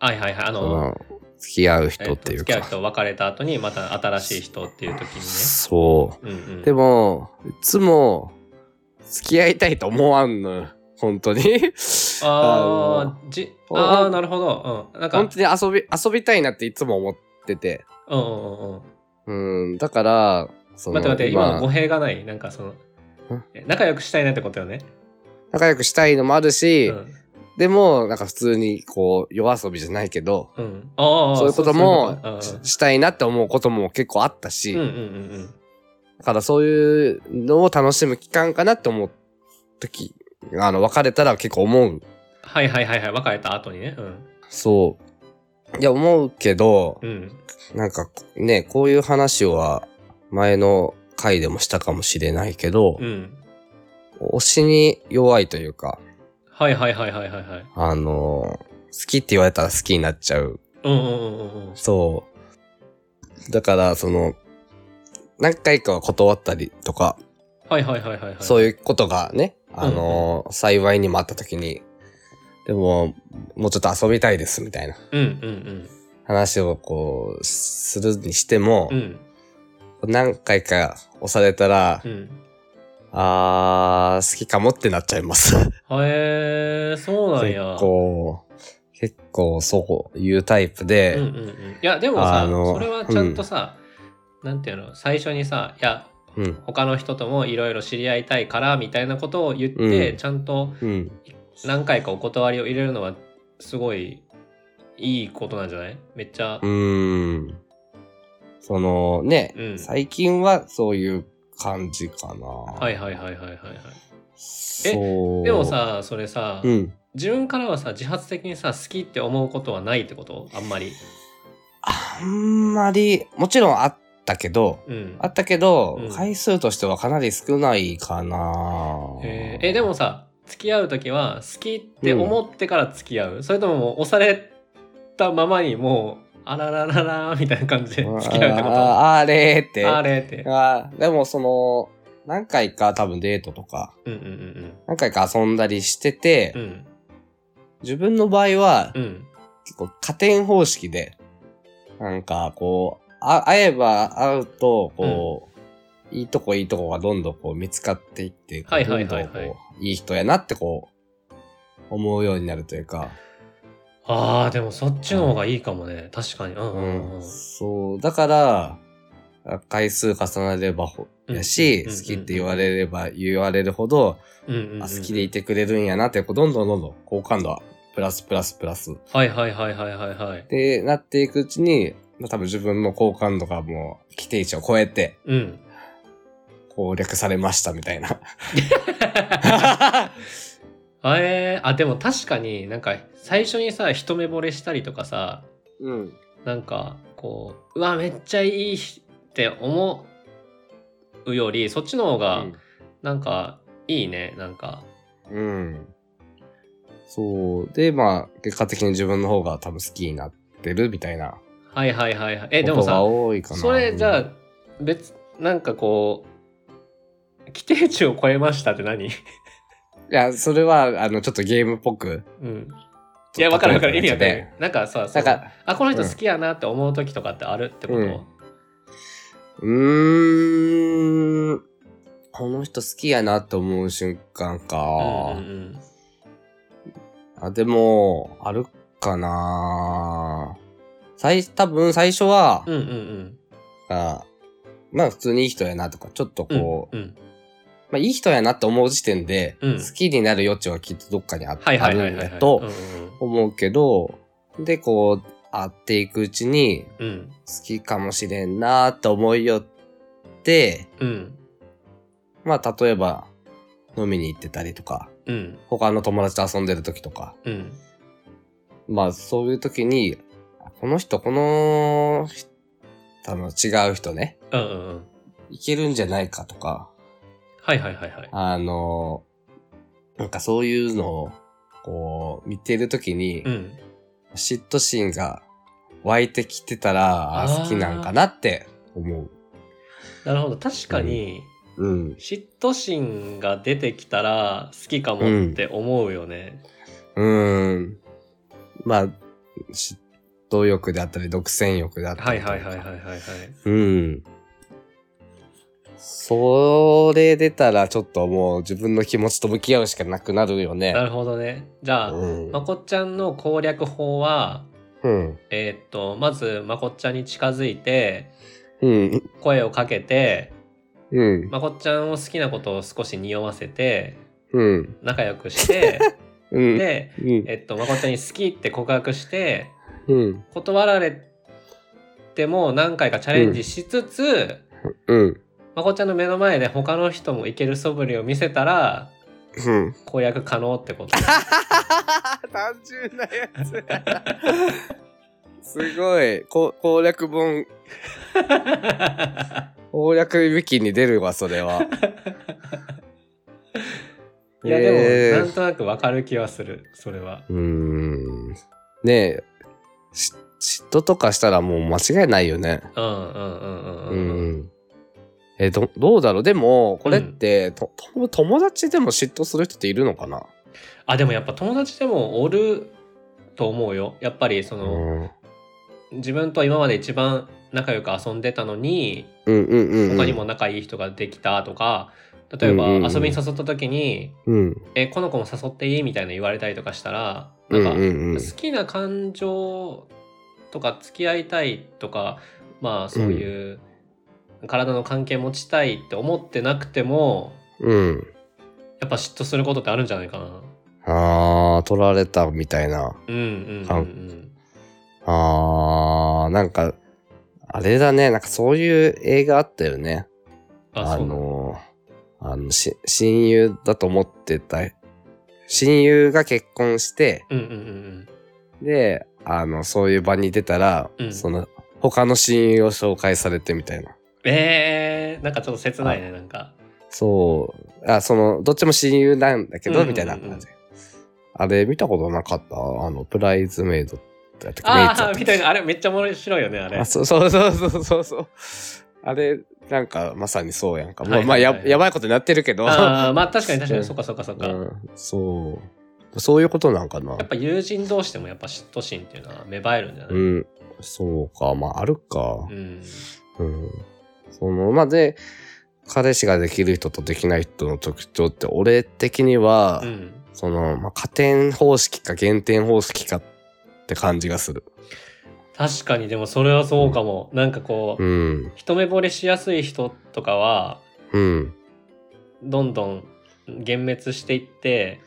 Speaker 2: はいはいはい。あ
Speaker 1: そ
Speaker 2: の、
Speaker 1: の付き合う
Speaker 2: え
Speaker 1: 人
Speaker 2: っ
Speaker 1: って
Speaker 2: と
Speaker 1: いう
Speaker 2: 付き合う
Speaker 1: か、
Speaker 2: 人別れた後にまた新しい人っていう時にね。
Speaker 1: そ
Speaker 2: うんうん、
Speaker 1: うでもいつも付き合いたいと思わんのよ本当に
Speaker 2: あーじ
Speaker 1: あの
Speaker 2: あーなるほど、うん、
Speaker 1: あ
Speaker 2: なん
Speaker 1: の
Speaker 2: か
Speaker 1: 本当に遊び遊びたいなっていつも思ってて
Speaker 2: うんうんうんうん
Speaker 1: うんだからそ
Speaker 2: 待って待って今の語
Speaker 1: まあ
Speaker 2: 弊がないなんかその
Speaker 1: ん
Speaker 2: え仲良くしたいなってことよね、
Speaker 1: 仲良くしたいのもある
Speaker 2: う
Speaker 1: し、
Speaker 2: ん
Speaker 1: でもなんか普通にこう夜遊びじゃないけど
Speaker 2: うん、ああ
Speaker 1: そういうこともし
Speaker 2: そ
Speaker 1: したいなって思うことも結構あったし、
Speaker 2: ういうことうんうんうんうん
Speaker 1: だからそういうのを楽しむ期間かなって思う時あの別れたら結構思う
Speaker 2: はいはいはいはい別れた後にねうん
Speaker 1: そういや思うけど
Speaker 2: う、ん
Speaker 1: なんかねこういう話は前の回でもしたかもしれないけど、
Speaker 2: うん
Speaker 1: 推しに弱いというか
Speaker 2: はいはいはいはいはいはい
Speaker 1: あの好きって言われたら好きになっちゃう
Speaker 2: うんうんうんうんうん
Speaker 1: そうだからその何回かは断ったりとか
Speaker 2: はいはいはいはいはい。
Speaker 1: そう
Speaker 2: いう。
Speaker 1: いうことがね、あのー幸いにもあった時に、でも、もうちょっと遊びたいですみたいな
Speaker 2: うんうん
Speaker 1: 話をこう、するにしても
Speaker 2: うん。う、ん
Speaker 1: 何回か押されたら、
Speaker 2: うん。
Speaker 1: あー、好きかもってなっちゃいます。
Speaker 2: へえー、そうなん
Speaker 1: 結
Speaker 2: や。
Speaker 1: 構、結構そういうタイプで、
Speaker 2: うんうんうん。いや、でもさ、
Speaker 1: あの
Speaker 2: それはちゃんとさ、なんていうの、最初にさ、いや、
Speaker 1: うん、
Speaker 2: 他の人ともいろいろ知り合いたいからみたいなことを言って、
Speaker 1: うん
Speaker 2: ちゃんと
Speaker 1: うん。
Speaker 2: 何回かお断りを入れるのは、すごいいいことなんじゃないめっちゃ。
Speaker 1: うーん。そのね、
Speaker 2: うん
Speaker 1: 最近はそういう感じかな。。
Speaker 2: はいいはいはいはいはいはい。
Speaker 1: そう。
Speaker 2: でも、さ、それさ、
Speaker 1: うん。
Speaker 2: 自分からはさ、自発的にさ、好きって思うことはないってことあんまり。
Speaker 1: あんまり、もちろんあったけど、
Speaker 2: うん。
Speaker 1: あったけど、
Speaker 2: うん
Speaker 1: 回数としてはかなり少ないかな
Speaker 2: えーえでもさ付き合う時は好きって思ってから付き合う、それとももう押されたままにもうあららららみたいな感じで
Speaker 1: うん
Speaker 2: 付き合うってこ
Speaker 1: あ
Speaker 2: と
Speaker 1: ああれーって。
Speaker 2: あ
Speaker 1: あ
Speaker 2: れって
Speaker 1: ーでもその、何回か多分デートとか、
Speaker 2: うんうんうん
Speaker 1: 何回か遊んだりしてて、
Speaker 2: うんうん
Speaker 1: 自分の場合は、
Speaker 2: うん
Speaker 1: 結構加点方式で、なんかこう、あ会えば会うと、こう、いいとこいいとこがどんどんこう見つかっていって、こう
Speaker 2: はいはいはいはい
Speaker 1: どんどんこういい人やなってこう、思うようになるというか、
Speaker 2: あーでもそっちの方がいいかもね確かにうん
Speaker 1: う
Speaker 2: うんうん
Speaker 1: ん、そう、だから、回数重なればほ、
Speaker 2: うん
Speaker 1: やし、
Speaker 2: うん
Speaker 1: 好きって言われれば言われるほど、
Speaker 2: うんうんうん
Speaker 1: あ好きでいてくれるんやなって、こうどんどんどんどん好感度はプラスプラスプラス
Speaker 2: はいはいはいはいはいはい
Speaker 1: でなっていくうちに、まあ、多分自分の好感度がもう規定値を超えて、
Speaker 2: うん *laughs*
Speaker 1: 攻略されましたみたいな。
Speaker 2: あえーあでも確かになんか最初にさ一目惚れしたりとかさ
Speaker 1: うん。
Speaker 2: なんかこううわめっちゃいいって思うよりそっちの方がなんかいいねなんか
Speaker 1: うん。そう。で、まあ、結果的に自分の方が多分好きになってるみたいな
Speaker 2: はいはいはいはいえで
Speaker 1: こ
Speaker 2: も
Speaker 1: とが
Speaker 2: さ
Speaker 1: 多いかな。
Speaker 2: それじゃ
Speaker 1: う
Speaker 2: あ
Speaker 1: ん
Speaker 2: 別なんかこう規定値を超えましたって何 *laughs*
Speaker 1: いや、それは、あの、ちょっとゲームっぽく。
Speaker 2: うんいやわかるわかる意味わか
Speaker 1: で
Speaker 2: るなんかさそ
Speaker 1: な
Speaker 2: うん
Speaker 1: か、
Speaker 2: あこの人好きやなって思う時とかってあるってこと、
Speaker 1: うんうーん。この人好きやなと思う瞬間か。
Speaker 2: うんうんうん
Speaker 1: あ、でも、あるかな最、多分最初は、
Speaker 2: うんうん
Speaker 1: あまあ普通にいい人やなとか、ちょっと
Speaker 2: うん
Speaker 1: こう、
Speaker 2: うん
Speaker 1: まあいい人やなって思う時点で、
Speaker 2: うん
Speaker 1: 好きになる余地はきっとどっかにあ,、
Speaker 2: はいはいは
Speaker 1: る
Speaker 2: い
Speaker 1: ん
Speaker 2: はい
Speaker 1: だ
Speaker 2: はい
Speaker 1: と思うけど、で、こう、会っていくうちに、
Speaker 2: うんうん
Speaker 1: 好きかもしれんなって思いよって、
Speaker 2: うん
Speaker 1: まあ例えば、飲みに行ってたりとか、
Speaker 2: うん
Speaker 1: 他の友達と遊んでる時とか、
Speaker 2: うん
Speaker 1: まあそういう時に、この人、この人、多分違う人ね、
Speaker 2: うんうんうん
Speaker 1: いけるんじゃないかとか、
Speaker 2: はいはいはいはい
Speaker 1: あの、なんかそういうのを、こう、見てるときに、
Speaker 2: うん
Speaker 1: 嫉妬心が湧いてきてたら、
Speaker 2: あ
Speaker 1: あ
Speaker 2: ー
Speaker 1: 好きなんかなって思
Speaker 2: なるほど確かに
Speaker 1: う。うん。
Speaker 2: 嫉妬心が出てきたら好きかもって思うよね、
Speaker 1: うーん。まあ、嫉妬欲であったり、独占欲であった
Speaker 2: はい
Speaker 1: りとか。
Speaker 2: はいはいはいはいはい
Speaker 1: うん。それ出たら、ちょっともう自分の気持ちと向き合うしかなくなるよね。
Speaker 2: なるほどねじゃあ、
Speaker 1: うん
Speaker 2: まこっちゃんの攻略法は
Speaker 1: うん。
Speaker 2: えーっとまずまこっちゃんに近づいて
Speaker 1: うん。
Speaker 2: 声をかけて
Speaker 1: うん。
Speaker 2: まこっちゃんを好きなことを少し匂わせて
Speaker 1: うん。
Speaker 2: 仲良くして *laughs*
Speaker 1: うん。
Speaker 2: で、
Speaker 1: うん。
Speaker 2: えっと、まこっちゃんに好きって告白して
Speaker 1: うん。
Speaker 2: 断られても何回かチャレンジしつつ、
Speaker 1: うん。
Speaker 2: まこっちゃんの目の前で他の人もいける素振りを見せたら
Speaker 1: うん。
Speaker 2: 公約可能っ
Speaker 1: *laughs*
Speaker 2: てこと
Speaker 1: 単純なやつ。すごい。こ攻略本、攻略ウィキに出るわ、それは。
Speaker 2: いやでも、
Speaker 1: えー
Speaker 2: なんとなくわかる気はするそれは
Speaker 1: うーん。ねえ、し嫉妬とかしたらもう間違いないよね。
Speaker 2: うんうんうんうん
Speaker 1: う
Speaker 2: うん
Speaker 1: ん。え、ど、どうだろうでも、これって、と、と友達でも嫉妬する人っているのかな
Speaker 2: あでもやっぱ友達でもおると思うよやっぱりそうの、
Speaker 1: ん。うん
Speaker 2: 自分と今まで一番仲良く遊んでたのに
Speaker 1: うんうんうん。
Speaker 2: 他にも仲いい人ができたとか、例えば
Speaker 1: うんうんうん
Speaker 2: 遊びに誘った時に
Speaker 1: うん。
Speaker 2: 「えこの子も誘っていい?」みたいな言われたりとかしたら
Speaker 1: う
Speaker 2: なん
Speaker 1: ん
Speaker 2: か、
Speaker 1: うんうん。
Speaker 2: 好きな感情とか付き合いたいとかまあそういう体の関係持ちたいって思ってなくても
Speaker 1: うん。
Speaker 2: やっぱ嫉妬することってあるんじゃないかな。
Speaker 1: あー、取られたみたいな。
Speaker 2: うんうんう
Speaker 1: あ
Speaker 2: ん
Speaker 1: あー、なんか、あれだね、なんかそういう映画あったよね。
Speaker 2: うん。
Speaker 1: あ
Speaker 2: そうなの
Speaker 1: のー、あのし、親友だと思ってた、親友が結婚して、
Speaker 2: うんうんうん
Speaker 1: で、あの、そういう場に出たら、
Speaker 2: うん
Speaker 1: その、他の親友を紹介されてみたいな。
Speaker 2: うん。えー、なんかちょっと切ないねなんか。
Speaker 1: そう、あ、その、どっちも親友なんだけど、
Speaker 2: うんうんうん
Speaker 1: みたいな感じ。あれ、見たことなかったあの、プライズメイドだったっけメイツだ
Speaker 2: あ
Speaker 1: っ
Speaker 2: あ
Speaker 1: け
Speaker 2: みたいなあれめっちゃ面白いよねあれ。
Speaker 1: あそうそうそうそうそうそう。あれ、なんかまさにそうやんか。まあ、
Speaker 2: はいはいはい
Speaker 1: まあや、やばいことになってるけど。
Speaker 2: あーまあ確かに確か
Speaker 1: う
Speaker 2: に
Speaker 1: ん
Speaker 2: そっかそっかそっ
Speaker 1: う
Speaker 2: か。や
Speaker 1: ん、そう。そういうことなんかな。
Speaker 2: っぱ友人同士でもやっぱ嫉妬心っていうのは芽生えるんじゃな
Speaker 1: う
Speaker 2: い
Speaker 1: ん。そうか。まあ、あるか
Speaker 2: う。ん
Speaker 1: うん。その、まあ、で、彼氏ができる人とできない人の特徴って、俺的には、
Speaker 2: うん。
Speaker 1: その、まあ、加点方式か減点方式かって感じがする。
Speaker 2: 確かにでもそれはそうかも。なんかこう
Speaker 1: うん。
Speaker 2: 一目惚れしやすい人とかは
Speaker 1: うん。
Speaker 2: どんどん幻滅していって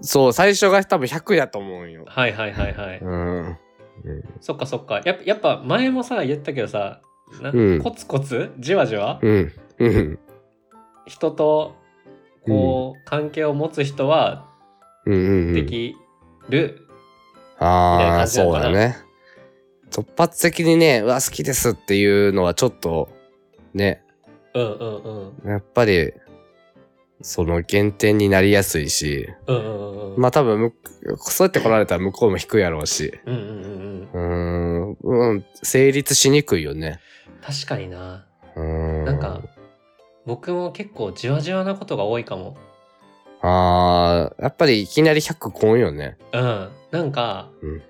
Speaker 1: そう、最初が多分100やと思うんよ。
Speaker 2: はいはいはいはい、
Speaker 1: うん。
Speaker 2: そっかそっかやっぱやっぱ前もさ言ったけどさな
Speaker 1: うん
Speaker 2: コツコツじわじわ、
Speaker 1: うん。うん。
Speaker 2: 人とこう、関係を持つ人は
Speaker 1: うんうんうん。
Speaker 2: できる、みたい
Speaker 1: あ
Speaker 2: な
Speaker 1: あ、
Speaker 2: 感じ
Speaker 1: そ
Speaker 2: なの
Speaker 1: う
Speaker 2: かな
Speaker 1: だね。突発的にね、うわ、好きですっていうのはちょっと、ね、
Speaker 2: うん、うんうん
Speaker 1: やっぱり、その減点になりやすいし、
Speaker 2: うんうんうんうん
Speaker 1: まあ多分む、そうやって来られたら向こうも引くやろうし、
Speaker 2: うんうんうんうん
Speaker 1: うーん、うん、成立しにくいよね。
Speaker 2: 確かにな
Speaker 1: うーん。
Speaker 2: なんか、僕も結構じわじわなことが多いかも
Speaker 1: ああ、やっぱりいきなり100来んよね。
Speaker 2: うんなんか、
Speaker 1: うん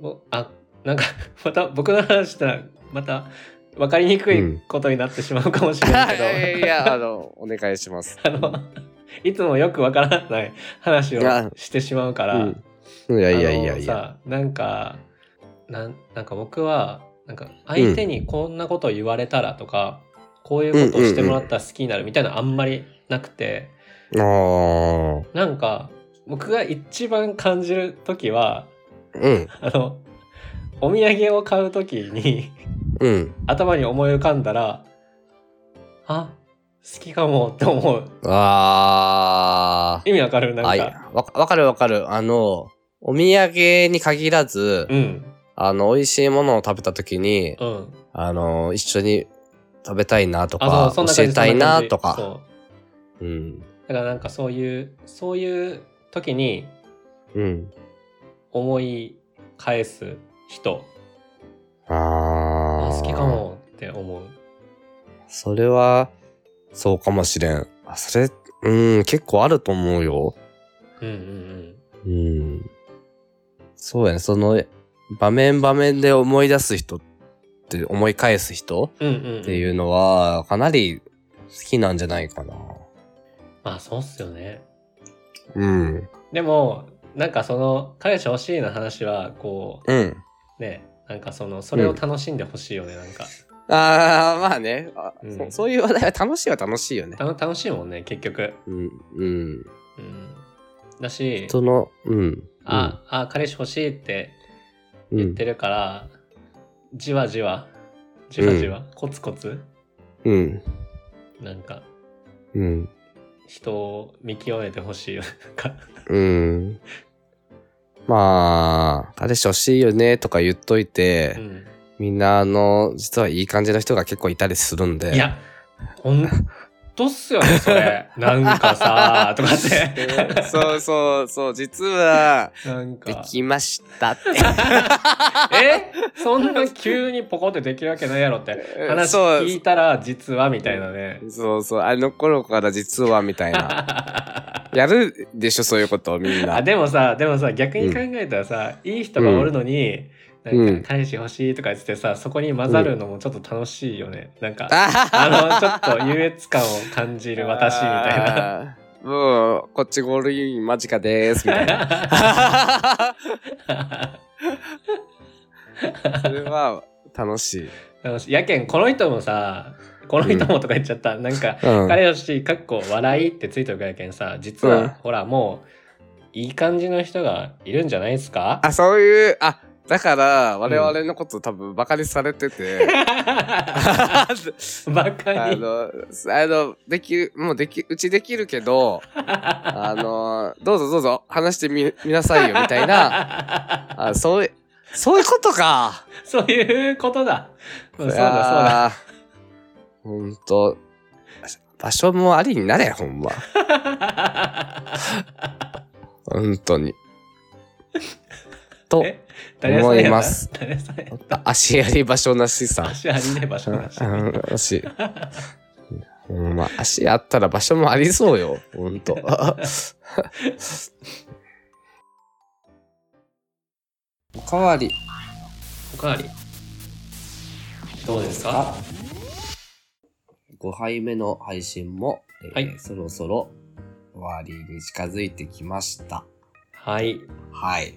Speaker 2: ぼあなんか *laughs* また僕の話したらまた分かりにくいことになってしまうかもしれ *laughs* ないけ
Speaker 1: *laughs*
Speaker 2: ど、
Speaker 1: いや、あの、お願いします。
Speaker 2: あの、いつもよくわからない話を
Speaker 1: いや
Speaker 2: してしまうか
Speaker 1: う
Speaker 2: ら、
Speaker 1: ん。いやいやいや
Speaker 2: あの
Speaker 1: いや。
Speaker 2: さ、なんか、なんなんか僕は、なんか相手にこんなことを言われたらとか、こういうことをしてもらったら好きになるみたいなのあんまりなくて、
Speaker 1: ああ、
Speaker 2: なんか、僕が一番感じるときは、
Speaker 1: うん、
Speaker 2: あの、お土産を買うときに *laughs*
Speaker 1: うん。
Speaker 2: 頭に思い浮かんだら、あ、好きかもって思う。
Speaker 1: あ
Speaker 2: 意味わかるなん
Speaker 1: あ、は
Speaker 2: か。
Speaker 1: い。わわかるわかる。あの、お土産に限らず、
Speaker 2: うん。
Speaker 1: あの、美味しいものを食べた時に、
Speaker 2: うん。
Speaker 1: あの、一緒に食べたいなと
Speaker 2: あ
Speaker 1: か、
Speaker 2: そうそ
Speaker 1: 教
Speaker 2: んな感
Speaker 1: え
Speaker 2: じ
Speaker 1: たいなと
Speaker 2: そん
Speaker 1: か。
Speaker 2: な感じ
Speaker 1: うん。
Speaker 2: そうだからなんかそういうそういう時に
Speaker 1: うん。
Speaker 2: 思い返す人
Speaker 1: あ
Speaker 2: あ
Speaker 1: あ。
Speaker 2: 好きか。もって思う
Speaker 1: それは、そうかもしれん。あ、それ、うん、結構あると思うよ。
Speaker 2: うんうん
Speaker 1: うん。そうやね。その、場面場面で思い出す人って、思い返す人
Speaker 2: うんうんうんうん
Speaker 1: っていうのは、かなり好きなんじゃないかな。
Speaker 2: まあそうっすよね
Speaker 1: うん。
Speaker 2: でもなんかその彼氏欲しいの話はこ
Speaker 1: うん。
Speaker 2: うねなんかそのそれを楽しんでほしいよね、なんか
Speaker 1: ああ、まあね、あ
Speaker 2: うん
Speaker 1: そ。そういう話題は楽しいは楽しいよね。
Speaker 2: たの楽しいもんね結局、
Speaker 1: うん。うん。
Speaker 2: うん、だし
Speaker 1: 人の、うん。
Speaker 2: あ、あ彼氏欲しいって
Speaker 1: うん、
Speaker 2: 言ってるから、じわじわじわじわ、コツコツ
Speaker 1: うん。
Speaker 2: なんか
Speaker 1: うん。
Speaker 2: 人を見極めてほしいよなんか
Speaker 1: うん。まあ、彼氏欲しいよねとか言っといて、
Speaker 2: うん
Speaker 1: みんな、あの、実はいい感じの人が結構いたりするんで。
Speaker 2: い、やほんとっすよねそれ
Speaker 1: *laughs*
Speaker 2: なんかさとかって
Speaker 1: そうそうそう、実は、
Speaker 2: なん
Speaker 1: で
Speaker 2: か
Speaker 1: きましたって。
Speaker 2: *laughs* えそんな急にポコってできるわけないやろって話
Speaker 1: *laughs* そう
Speaker 2: 聞いたら実はみたいなね
Speaker 1: そうそう、あの頃から実はみたい
Speaker 2: *laughs*
Speaker 1: な。やるでしょ、そういうこと、みんな。
Speaker 2: あでもさでもさ逆に考えたらさ、いい人がおるのに、
Speaker 1: うん
Speaker 2: なんか彼氏欲しいとか言っててさそこに混ざるのもちょっと楽しいよね、なんかあのちょっと優越感を感じる私みたいな。
Speaker 1: な。もう、こっちゴールイン間近でーす、みたいな。それは楽しい。
Speaker 2: *laughs* 楽しいやけんこの人もさこの人もとか言っちゃった、なんか
Speaker 1: うん。
Speaker 2: 彼欲しいかっこ笑いってついてるやけんさ実は、
Speaker 1: うん
Speaker 2: ほらもういい感じの人がいるんじゃないですか
Speaker 1: あ、そういう、あ、だから、我々のこと多分バカにされてて。あ
Speaker 2: *laughs* バカに
Speaker 1: の、あの、できる、もうでき、うちできるけど、あの、どうぞどうぞ、話してみ、みなさいよ、みたいな。
Speaker 2: *laughs*
Speaker 1: あ、そういう、そういうことか。
Speaker 2: そういうことだ。うんそうだそうだ。
Speaker 1: だ。ほんと、場所もありになれ、ほんま。本当に。 *laughs* と、
Speaker 2: え誰さんや
Speaker 1: 思
Speaker 2: ない
Speaker 1: ます
Speaker 2: 誰さんやった
Speaker 1: あ足やり場所なしさ。
Speaker 2: 足ありねえ場所なし。
Speaker 1: うん足。うんまあ、足あったら場所もありそうよ。ほん
Speaker 2: *laughs*
Speaker 1: と。おかわり。
Speaker 2: おかわり。どうですか
Speaker 1: 5杯目の配信も、えー
Speaker 2: はい
Speaker 1: そろそろ終わりに近づいてきました。
Speaker 2: はい。
Speaker 1: はい。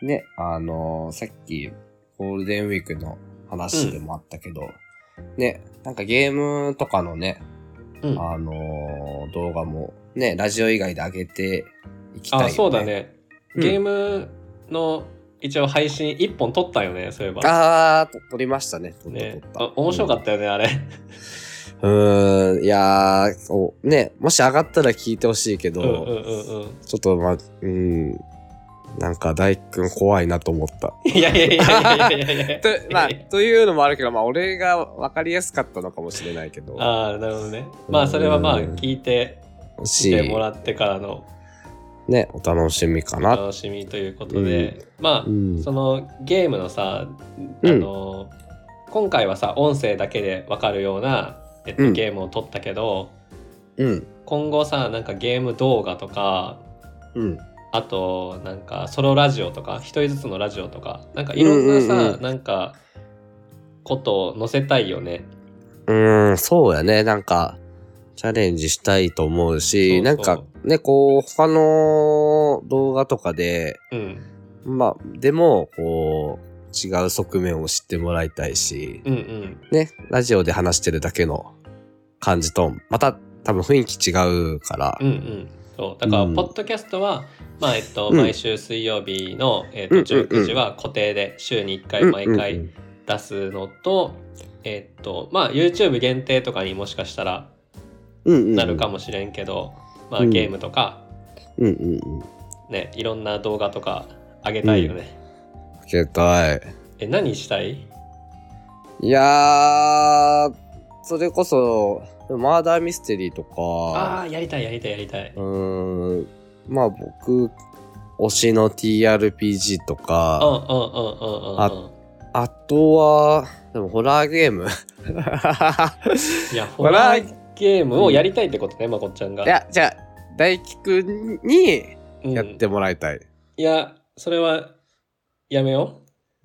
Speaker 1: ね、あのーさっきゴールデンウィークの話でもあったけど、ね、なんかゲームとかのね、
Speaker 2: うん、
Speaker 1: あのー動画もね、ラジオ以外で上げていきたいよ、
Speaker 2: あ、
Speaker 1: ね。
Speaker 2: そうだ。ね。
Speaker 1: うん
Speaker 2: ゲームの一応配信1本撮ったよね、そういえば。
Speaker 1: あー、と撮りましたね。撮った
Speaker 2: ね
Speaker 1: 撮っ、た。
Speaker 2: あ面白かったよね、あれ。
Speaker 1: うーん、いやー、おね、もし上がったら聞いてほしいけど、
Speaker 2: うんうんうんうん。
Speaker 1: ちょっとま、うん、なんか大工くん怖いなと思った。
Speaker 2: いやいやいやいやいやいやいや
Speaker 1: と *laughs* まあ、というのもあるけど、まあ、俺が分かりやすかったのかもしれないけど、
Speaker 2: ああ、なるほどね。まあ、それはまあ、
Speaker 1: うん
Speaker 2: 聞いて、
Speaker 1: も
Speaker 2: 来、
Speaker 1: して
Speaker 2: もらってからの
Speaker 1: ね、お楽しみか
Speaker 2: お
Speaker 1: な。
Speaker 2: 楽しみということで、ま
Speaker 1: う
Speaker 2: あ、
Speaker 1: ん、
Speaker 2: そのゲームのさ、あ
Speaker 1: うん
Speaker 2: の、今回はさ、音声だけでわかるような、えっ
Speaker 1: う
Speaker 2: と、
Speaker 1: ん
Speaker 2: ゲームを撮ったけど、
Speaker 1: うん、
Speaker 2: 今後さ、なんかゲーム動画とか、
Speaker 1: うん、
Speaker 2: あとなんかソロラジオとか一人ずつのラジオとかなんかいろんなさ、
Speaker 1: うんうんうん
Speaker 2: なんかことを載せたいよね。
Speaker 1: うーん、そうやね。なんか、チャレンジしたいと思うし、
Speaker 2: そうそう
Speaker 1: なんかね、こう、他の動画とかで、
Speaker 2: うん、
Speaker 1: まあ、でも、こう、違う側面を知ってもらいたいし、
Speaker 2: うんうん
Speaker 1: ね、ラジオで話してるだけの感じと、また多分雰囲気違うから
Speaker 2: うんう、んそうだから
Speaker 1: うん
Speaker 2: ポッドキャストは、まあえっと、
Speaker 1: うん
Speaker 2: 毎週水曜日の、えっと、
Speaker 1: うんうんうん
Speaker 2: 19時は固定で週に1回
Speaker 1: うん
Speaker 2: 毎回、出すのと、えっとまあ YouTube 限定とかにもしかしたら
Speaker 1: うんうんうん、
Speaker 2: なるかもしれんけど、まあ
Speaker 1: うん
Speaker 2: ゲームとか
Speaker 1: うんうんうん。
Speaker 2: ねいろんな動画とかあげたいよね。
Speaker 1: 携帯。
Speaker 2: え何したい
Speaker 1: いやー、それこそ、マーダーミステリーとか、
Speaker 2: ああーやりたいやりたいやりたい。
Speaker 1: うーん、まあ僕、推しの TRPG と
Speaker 2: うんうん
Speaker 1: か、
Speaker 2: うんうんうんうん。
Speaker 1: ああとは、でもホラーゲー
Speaker 2: *laughs*
Speaker 1: ム
Speaker 2: いや、
Speaker 1: ホ
Speaker 2: ホ
Speaker 1: ラ
Speaker 2: ラ
Speaker 1: ー
Speaker 2: ーゲームをやりたいってことね、まこっちゃんが。
Speaker 1: いや、じゃあ、大輝くんに
Speaker 2: うん、
Speaker 1: やってもらいたい。
Speaker 2: いや、それはやめよ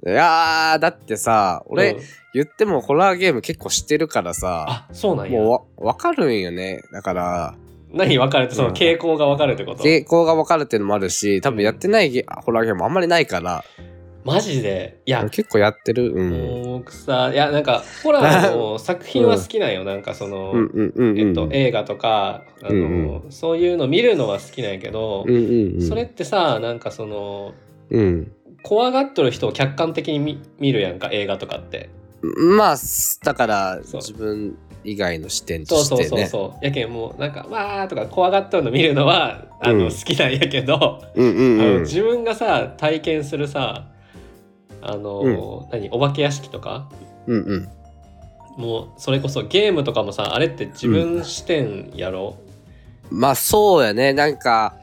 Speaker 1: いやー、だってさ、
Speaker 2: う。
Speaker 1: 俺、
Speaker 2: うん
Speaker 1: 言ってもホラーゲーム結構知ってるからさ、
Speaker 2: あ、そうなんや。
Speaker 1: もうわ、わかるんよね。だから、
Speaker 2: 何分かるって、その
Speaker 1: うん
Speaker 2: 傾向が分かるってこと。
Speaker 1: 傾向がわかるっていうのもあるし、多分やってないゲホラーゲームあんまりないから、
Speaker 2: マジで。いや、
Speaker 1: 結構やってる。うん。うん
Speaker 2: もう僕さ、いや、なんか、ホラーの作品は好
Speaker 1: *laughs*
Speaker 2: きなんよ。なんか、その、
Speaker 1: うんうんうん。
Speaker 2: えっと、映画とか、あの、
Speaker 1: うん
Speaker 2: そういうの見るのは好きなんやけど、
Speaker 1: うんうんうん。
Speaker 2: それってさ、なんかその、
Speaker 1: うん。
Speaker 2: 怖がっとる人を客観的に見見るやんか、映画とかって。
Speaker 1: まあ、すだから、
Speaker 2: そう
Speaker 1: 自分以外の視点と
Speaker 2: そう
Speaker 1: して
Speaker 2: そう
Speaker 1: ね。
Speaker 2: そうそう、やけんもうなんか「わー」とか怖がっとるの見るのはあの、
Speaker 1: うん
Speaker 2: 好きなんやけど、
Speaker 1: うんう
Speaker 2: あ
Speaker 1: ん
Speaker 2: の
Speaker 1: うん。
Speaker 2: 自分がさ体験するさあの、何お化け屋敷とか
Speaker 1: うんうん。
Speaker 2: もうそれこそゲームとかもさあれって自分視点やろ、
Speaker 1: まあ、そうやね。なんか、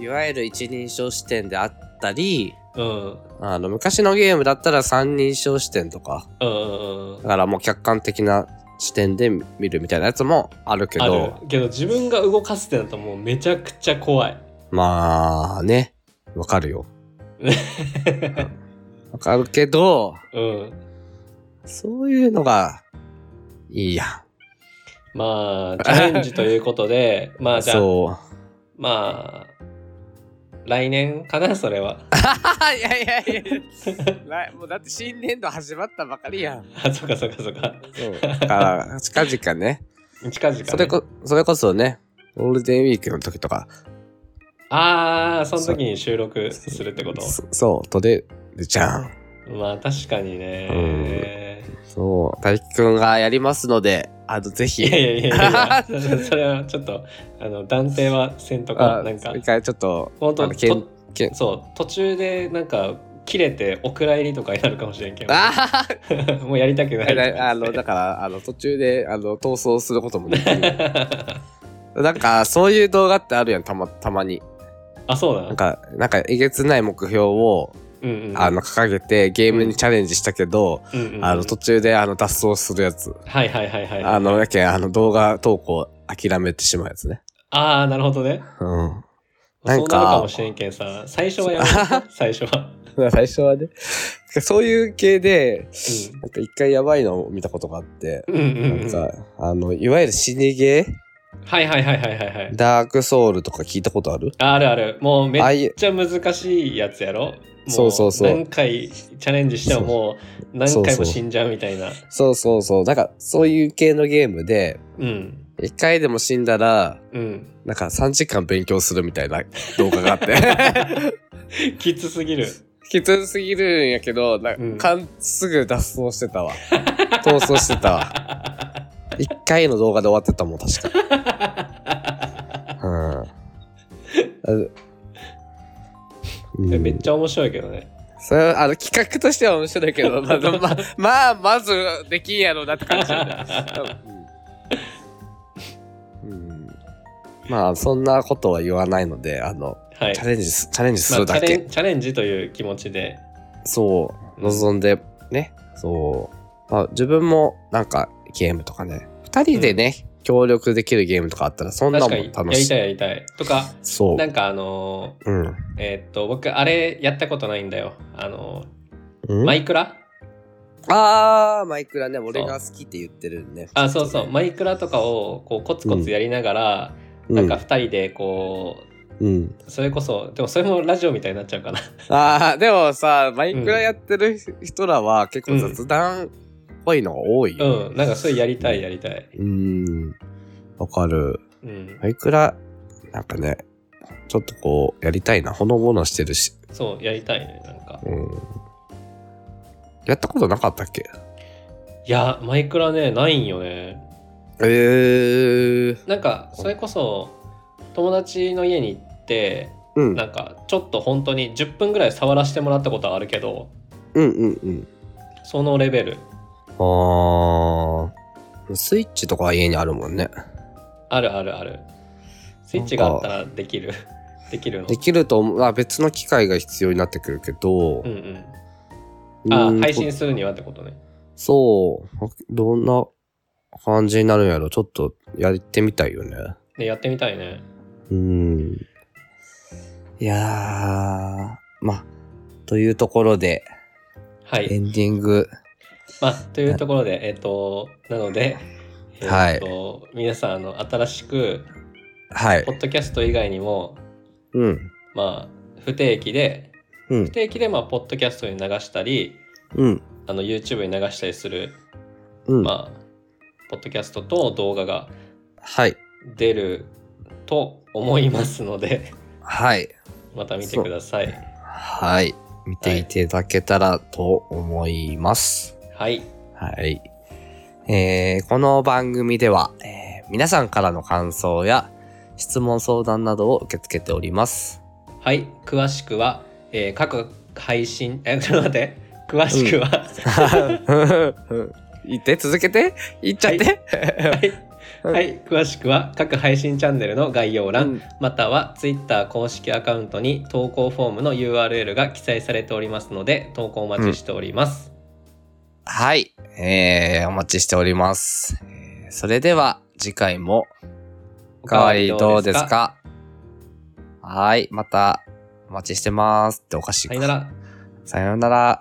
Speaker 1: いわゆる一人称視点であったり、
Speaker 2: うん、うん
Speaker 1: あの、昔のゲームだったら三人称視点とか、
Speaker 2: うんうん
Speaker 1: だからもう客観的な視点で見るみたいなやつもあるけ
Speaker 2: ある
Speaker 1: ど、
Speaker 2: けど自分が動かすってなるともうめちゃくちゃ怖い
Speaker 1: まあね、わか *laughs* るよ。わかるけど、
Speaker 2: うん
Speaker 1: そういうのが、いいや。
Speaker 2: まあチャレンジというこ
Speaker 1: *laughs*
Speaker 2: とでまあじゃあ
Speaker 1: そう。
Speaker 2: まあ来年かなそれは *laughs*
Speaker 1: いやいやいや *laughs* 来もうだって新年度始まったばかりやん。
Speaker 2: あそっかそっかそっか
Speaker 1: *laughs* そう。だから、近々ね。
Speaker 2: 近々、ね、
Speaker 1: それこ、それこそね、ゴールデンウィークの時とか、
Speaker 2: ああその時に収録するってこと
Speaker 1: そそう、とれるじゃん。
Speaker 2: まあ確かにね、
Speaker 1: そう、大輝くんがやりますので、あの、ぜひ。
Speaker 2: いやいやいやい
Speaker 1: *laughs*
Speaker 2: やそれはちょっとあの断定はせんとか
Speaker 1: あ
Speaker 2: なんか
Speaker 1: 一回ちょっと、
Speaker 2: 本
Speaker 1: あ
Speaker 2: 当
Speaker 1: のけん
Speaker 2: と
Speaker 1: けん
Speaker 2: そう途中でなんか切れてお蔵入りとかになるかもしれんけど
Speaker 1: あ
Speaker 2: *laughs* もうやりたくないとか
Speaker 1: ああの、だから、あの、途中で、あの、逃走することもできる。 *laughs* なんか、そういう動画ってあるやん、たま、たまに。
Speaker 2: *laughs* あそうな
Speaker 1: なん
Speaker 2: の
Speaker 1: か、なんか、えげつない目標を、
Speaker 2: うんうん
Speaker 1: あの、掲げて、ゲームにチャレンジしたけど、
Speaker 2: うんうんうん
Speaker 1: あの、途中で、あの、脱走するやつ。
Speaker 2: はいはいはいはい
Speaker 1: あの、やけん、あの、動画投稿諦めてしまうやつね。
Speaker 2: ああなるほどね
Speaker 1: うん。
Speaker 2: そう
Speaker 1: なんか
Speaker 2: なるかもしれんけんさ最初はやめて *laughs* 最初は
Speaker 1: 最初はね、 *laughs* そういう系で、
Speaker 2: うん
Speaker 1: なんか一回やばいのを見たことがあって、
Speaker 2: うんう
Speaker 1: なん
Speaker 2: うんん
Speaker 1: か、あの、いわゆる死にゲ
Speaker 2: はいはいはいはいはいはい
Speaker 1: ーダークソウルとか聞いたことある
Speaker 2: ああるある。もうめ
Speaker 1: ああ
Speaker 2: っ
Speaker 1: いう、
Speaker 2: ちゃ難しいやつやろ。も
Speaker 1: そうそうそう
Speaker 2: 何回チャレンジしてももう何回も死んじゃうみたいな。
Speaker 1: そうそうそう、なんか、そういう系のゲームで、
Speaker 2: うん。
Speaker 1: 一回でも死んだら、
Speaker 2: うん。
Speaker 1: なんか3時間勉強するみたいな動画があ
Speaker 2: *laughs*
Speaker 1: って。
Speaker 2: きつすぎる。
Speaker 1: きつすぎるんやけど、な
Speaker 2: うん
Speaker 1: かんすぐ脱走してたわ。逃走してたわ。一回の動画で終わってたもん、確
Speaker 2: *laughs*
Speaker 1: か。うんあ。
Speaker 2: えめっち
Speaker 1: ゃ。
Speaker 2: ゃ面白いけどね。
Speaker 1: それはあの企画としては面白いけ
Speaker 2: *laughs*
Speaker 1: ど、まあ、まあまあ、まずできんやろうなって感じだよね。うんうんまあ、そんなことは言わないので、あの、
Speaker 2: はい
Speaker 1: チャ。レンジす、チャレンジす
Speaker 2: まあ、
Speaker 1: る
Speaker 2: チ
Speaker 1: だ
Speaker 2: ャ
Speaker 1: け。
Speaker 2: レンチャレンジという気持ちで。
Speaker 1: そう、望んで、ね、そう。まあ、自分も、なんか、ゲームとかね、二人でね、協力できるゲームとかあったら、そんなも
Speaker 2: 確か
Speaker 1: ん
Speaker 2: に、や
Speaker 1: 楽
Speaker 2: り
Speaker 1: しい
Speaker 2: た。いやりたい。とか、
Speaker 1: そう
Speaker 2: な。んかあの
Speaker 1: うん。
Speaker 2: ーえーっと、僕、あれやったことないんだよ。あの
Speaker 1: う
Speaker 2: ー
Speaker 1: ん
Speaker 2: マイクラ
Speaker 1: あー、マイクラね、俺が好きって言ってるんね。
Speaker 2: あ、そうそう、マイクラとかをこうコツコツやりながら、
Speaker 1: う
Speaker 2: なんか2人でこ
Speaker 1: うん。
Speaker 2: う、それこそ、でもそれもラジオみたいになっちゃうかな。
Speaker 1: あー、でもさ、マイクラやってる人らは結構雑談っぽいのが多いよ。
Speaker 2: うん、なんかそれやりたいやりたい。
Speaker 1: うん。わかる。
Speaker 2: うん、
Speaker 1: マイクラ、なんかね、ちょっとこう、やりたいな。ほのぼのしてるし。
Speaker 2: そう、やりたいね、なんか。
Speaker 1: うん。やったことなかったっけ
Speaker 2: いや、マイクラね、ないんよね。
Speaker 1: ええー。
Speaker 2: なんか、それこそ、友達の家に行って、
Speaker 1: うん。
Speaker 2: なんか、ちょっと本当に10分ぐらい触らせてもらったことはあるけど、
Speaker 1: うんうんうん。
Speaker 2: そのレベル。
Speaker 1: あー。スイッチとかは家にあるもんね。
Speaker 2: あるあるある。スイッチがあったらできる。 *laughs* できるの
Speaker 1: で。きると思う、あ、別の機械が必要になってくるけど
Speaker 2: う。んう。
Speaker 1: うんん
Speaker 2: あ、配信するにはってことね。
Speaker 1: そう。どんな感じになるんやろちょっとやってみたいよね。
Speaker 2: で、やってみたいね。
Speaker 1: うん。いやー。まあ、というところで、
Speaker 2: は
Speaker 1: エ
Speaker 2: い。
Speaker 1: ンディング。
Speaker 2: まあ、というところで、えっ、と、なので、えっ、
Speaker 1: はい
Speaker 2: と、皆さん、あの、新しく、
Speaker 1: はい
Speaker 2: ポ。ッドキャスト以外にも、
Speaker 1: うん。
Speaker 2: まあ、不定期で、
Speaker 1: う
Speaker 2: 不
Speaker 1: ん。
Speaker 2: 定期で、まあ、ポッドキャストに流したり、
Speaker 1: うん。
Speaker 2: あの、YouTube に流したりする、
Speaker 1: うん。
Speaker 2: まあ、ポッドキャストと動画が
Speaker 1: はい。
Speaker 2: 出ると思いますので、 *laughs*
Speaker 1: はい。
Speaker 2: また見てください。
Speaker 1: はい。見ていただけたらと思います。
Speaker 2: はい。
Speaker 1: はい。えーこの番組では、えー皆さんからの感想や質問相談などを受け付けております。
Speaker 2: はい。詳しくは、えー各配信、え、ちょっと待って。詳しくは、
Speaker 1: *laughs* 言って、続けて、言っちゃって。
Speaker 2: はい。はい。詳しくは、各配信チャンネルの概要欄、
Speaker 1: うん
Speaker 2: または Twitter 公式アカウントに投稿フォームの URL が記載されておりますので、投稿お待ちしております。
Speaker 1: はい。えーお待ちしております。えーそれでは、次回も、おかわりどうですかはい。また、お待ちしてますっておかしい
Speaker 2: さ
Speaker 1: か
Speaker 2: よなら。
Speaker 1: さようなら。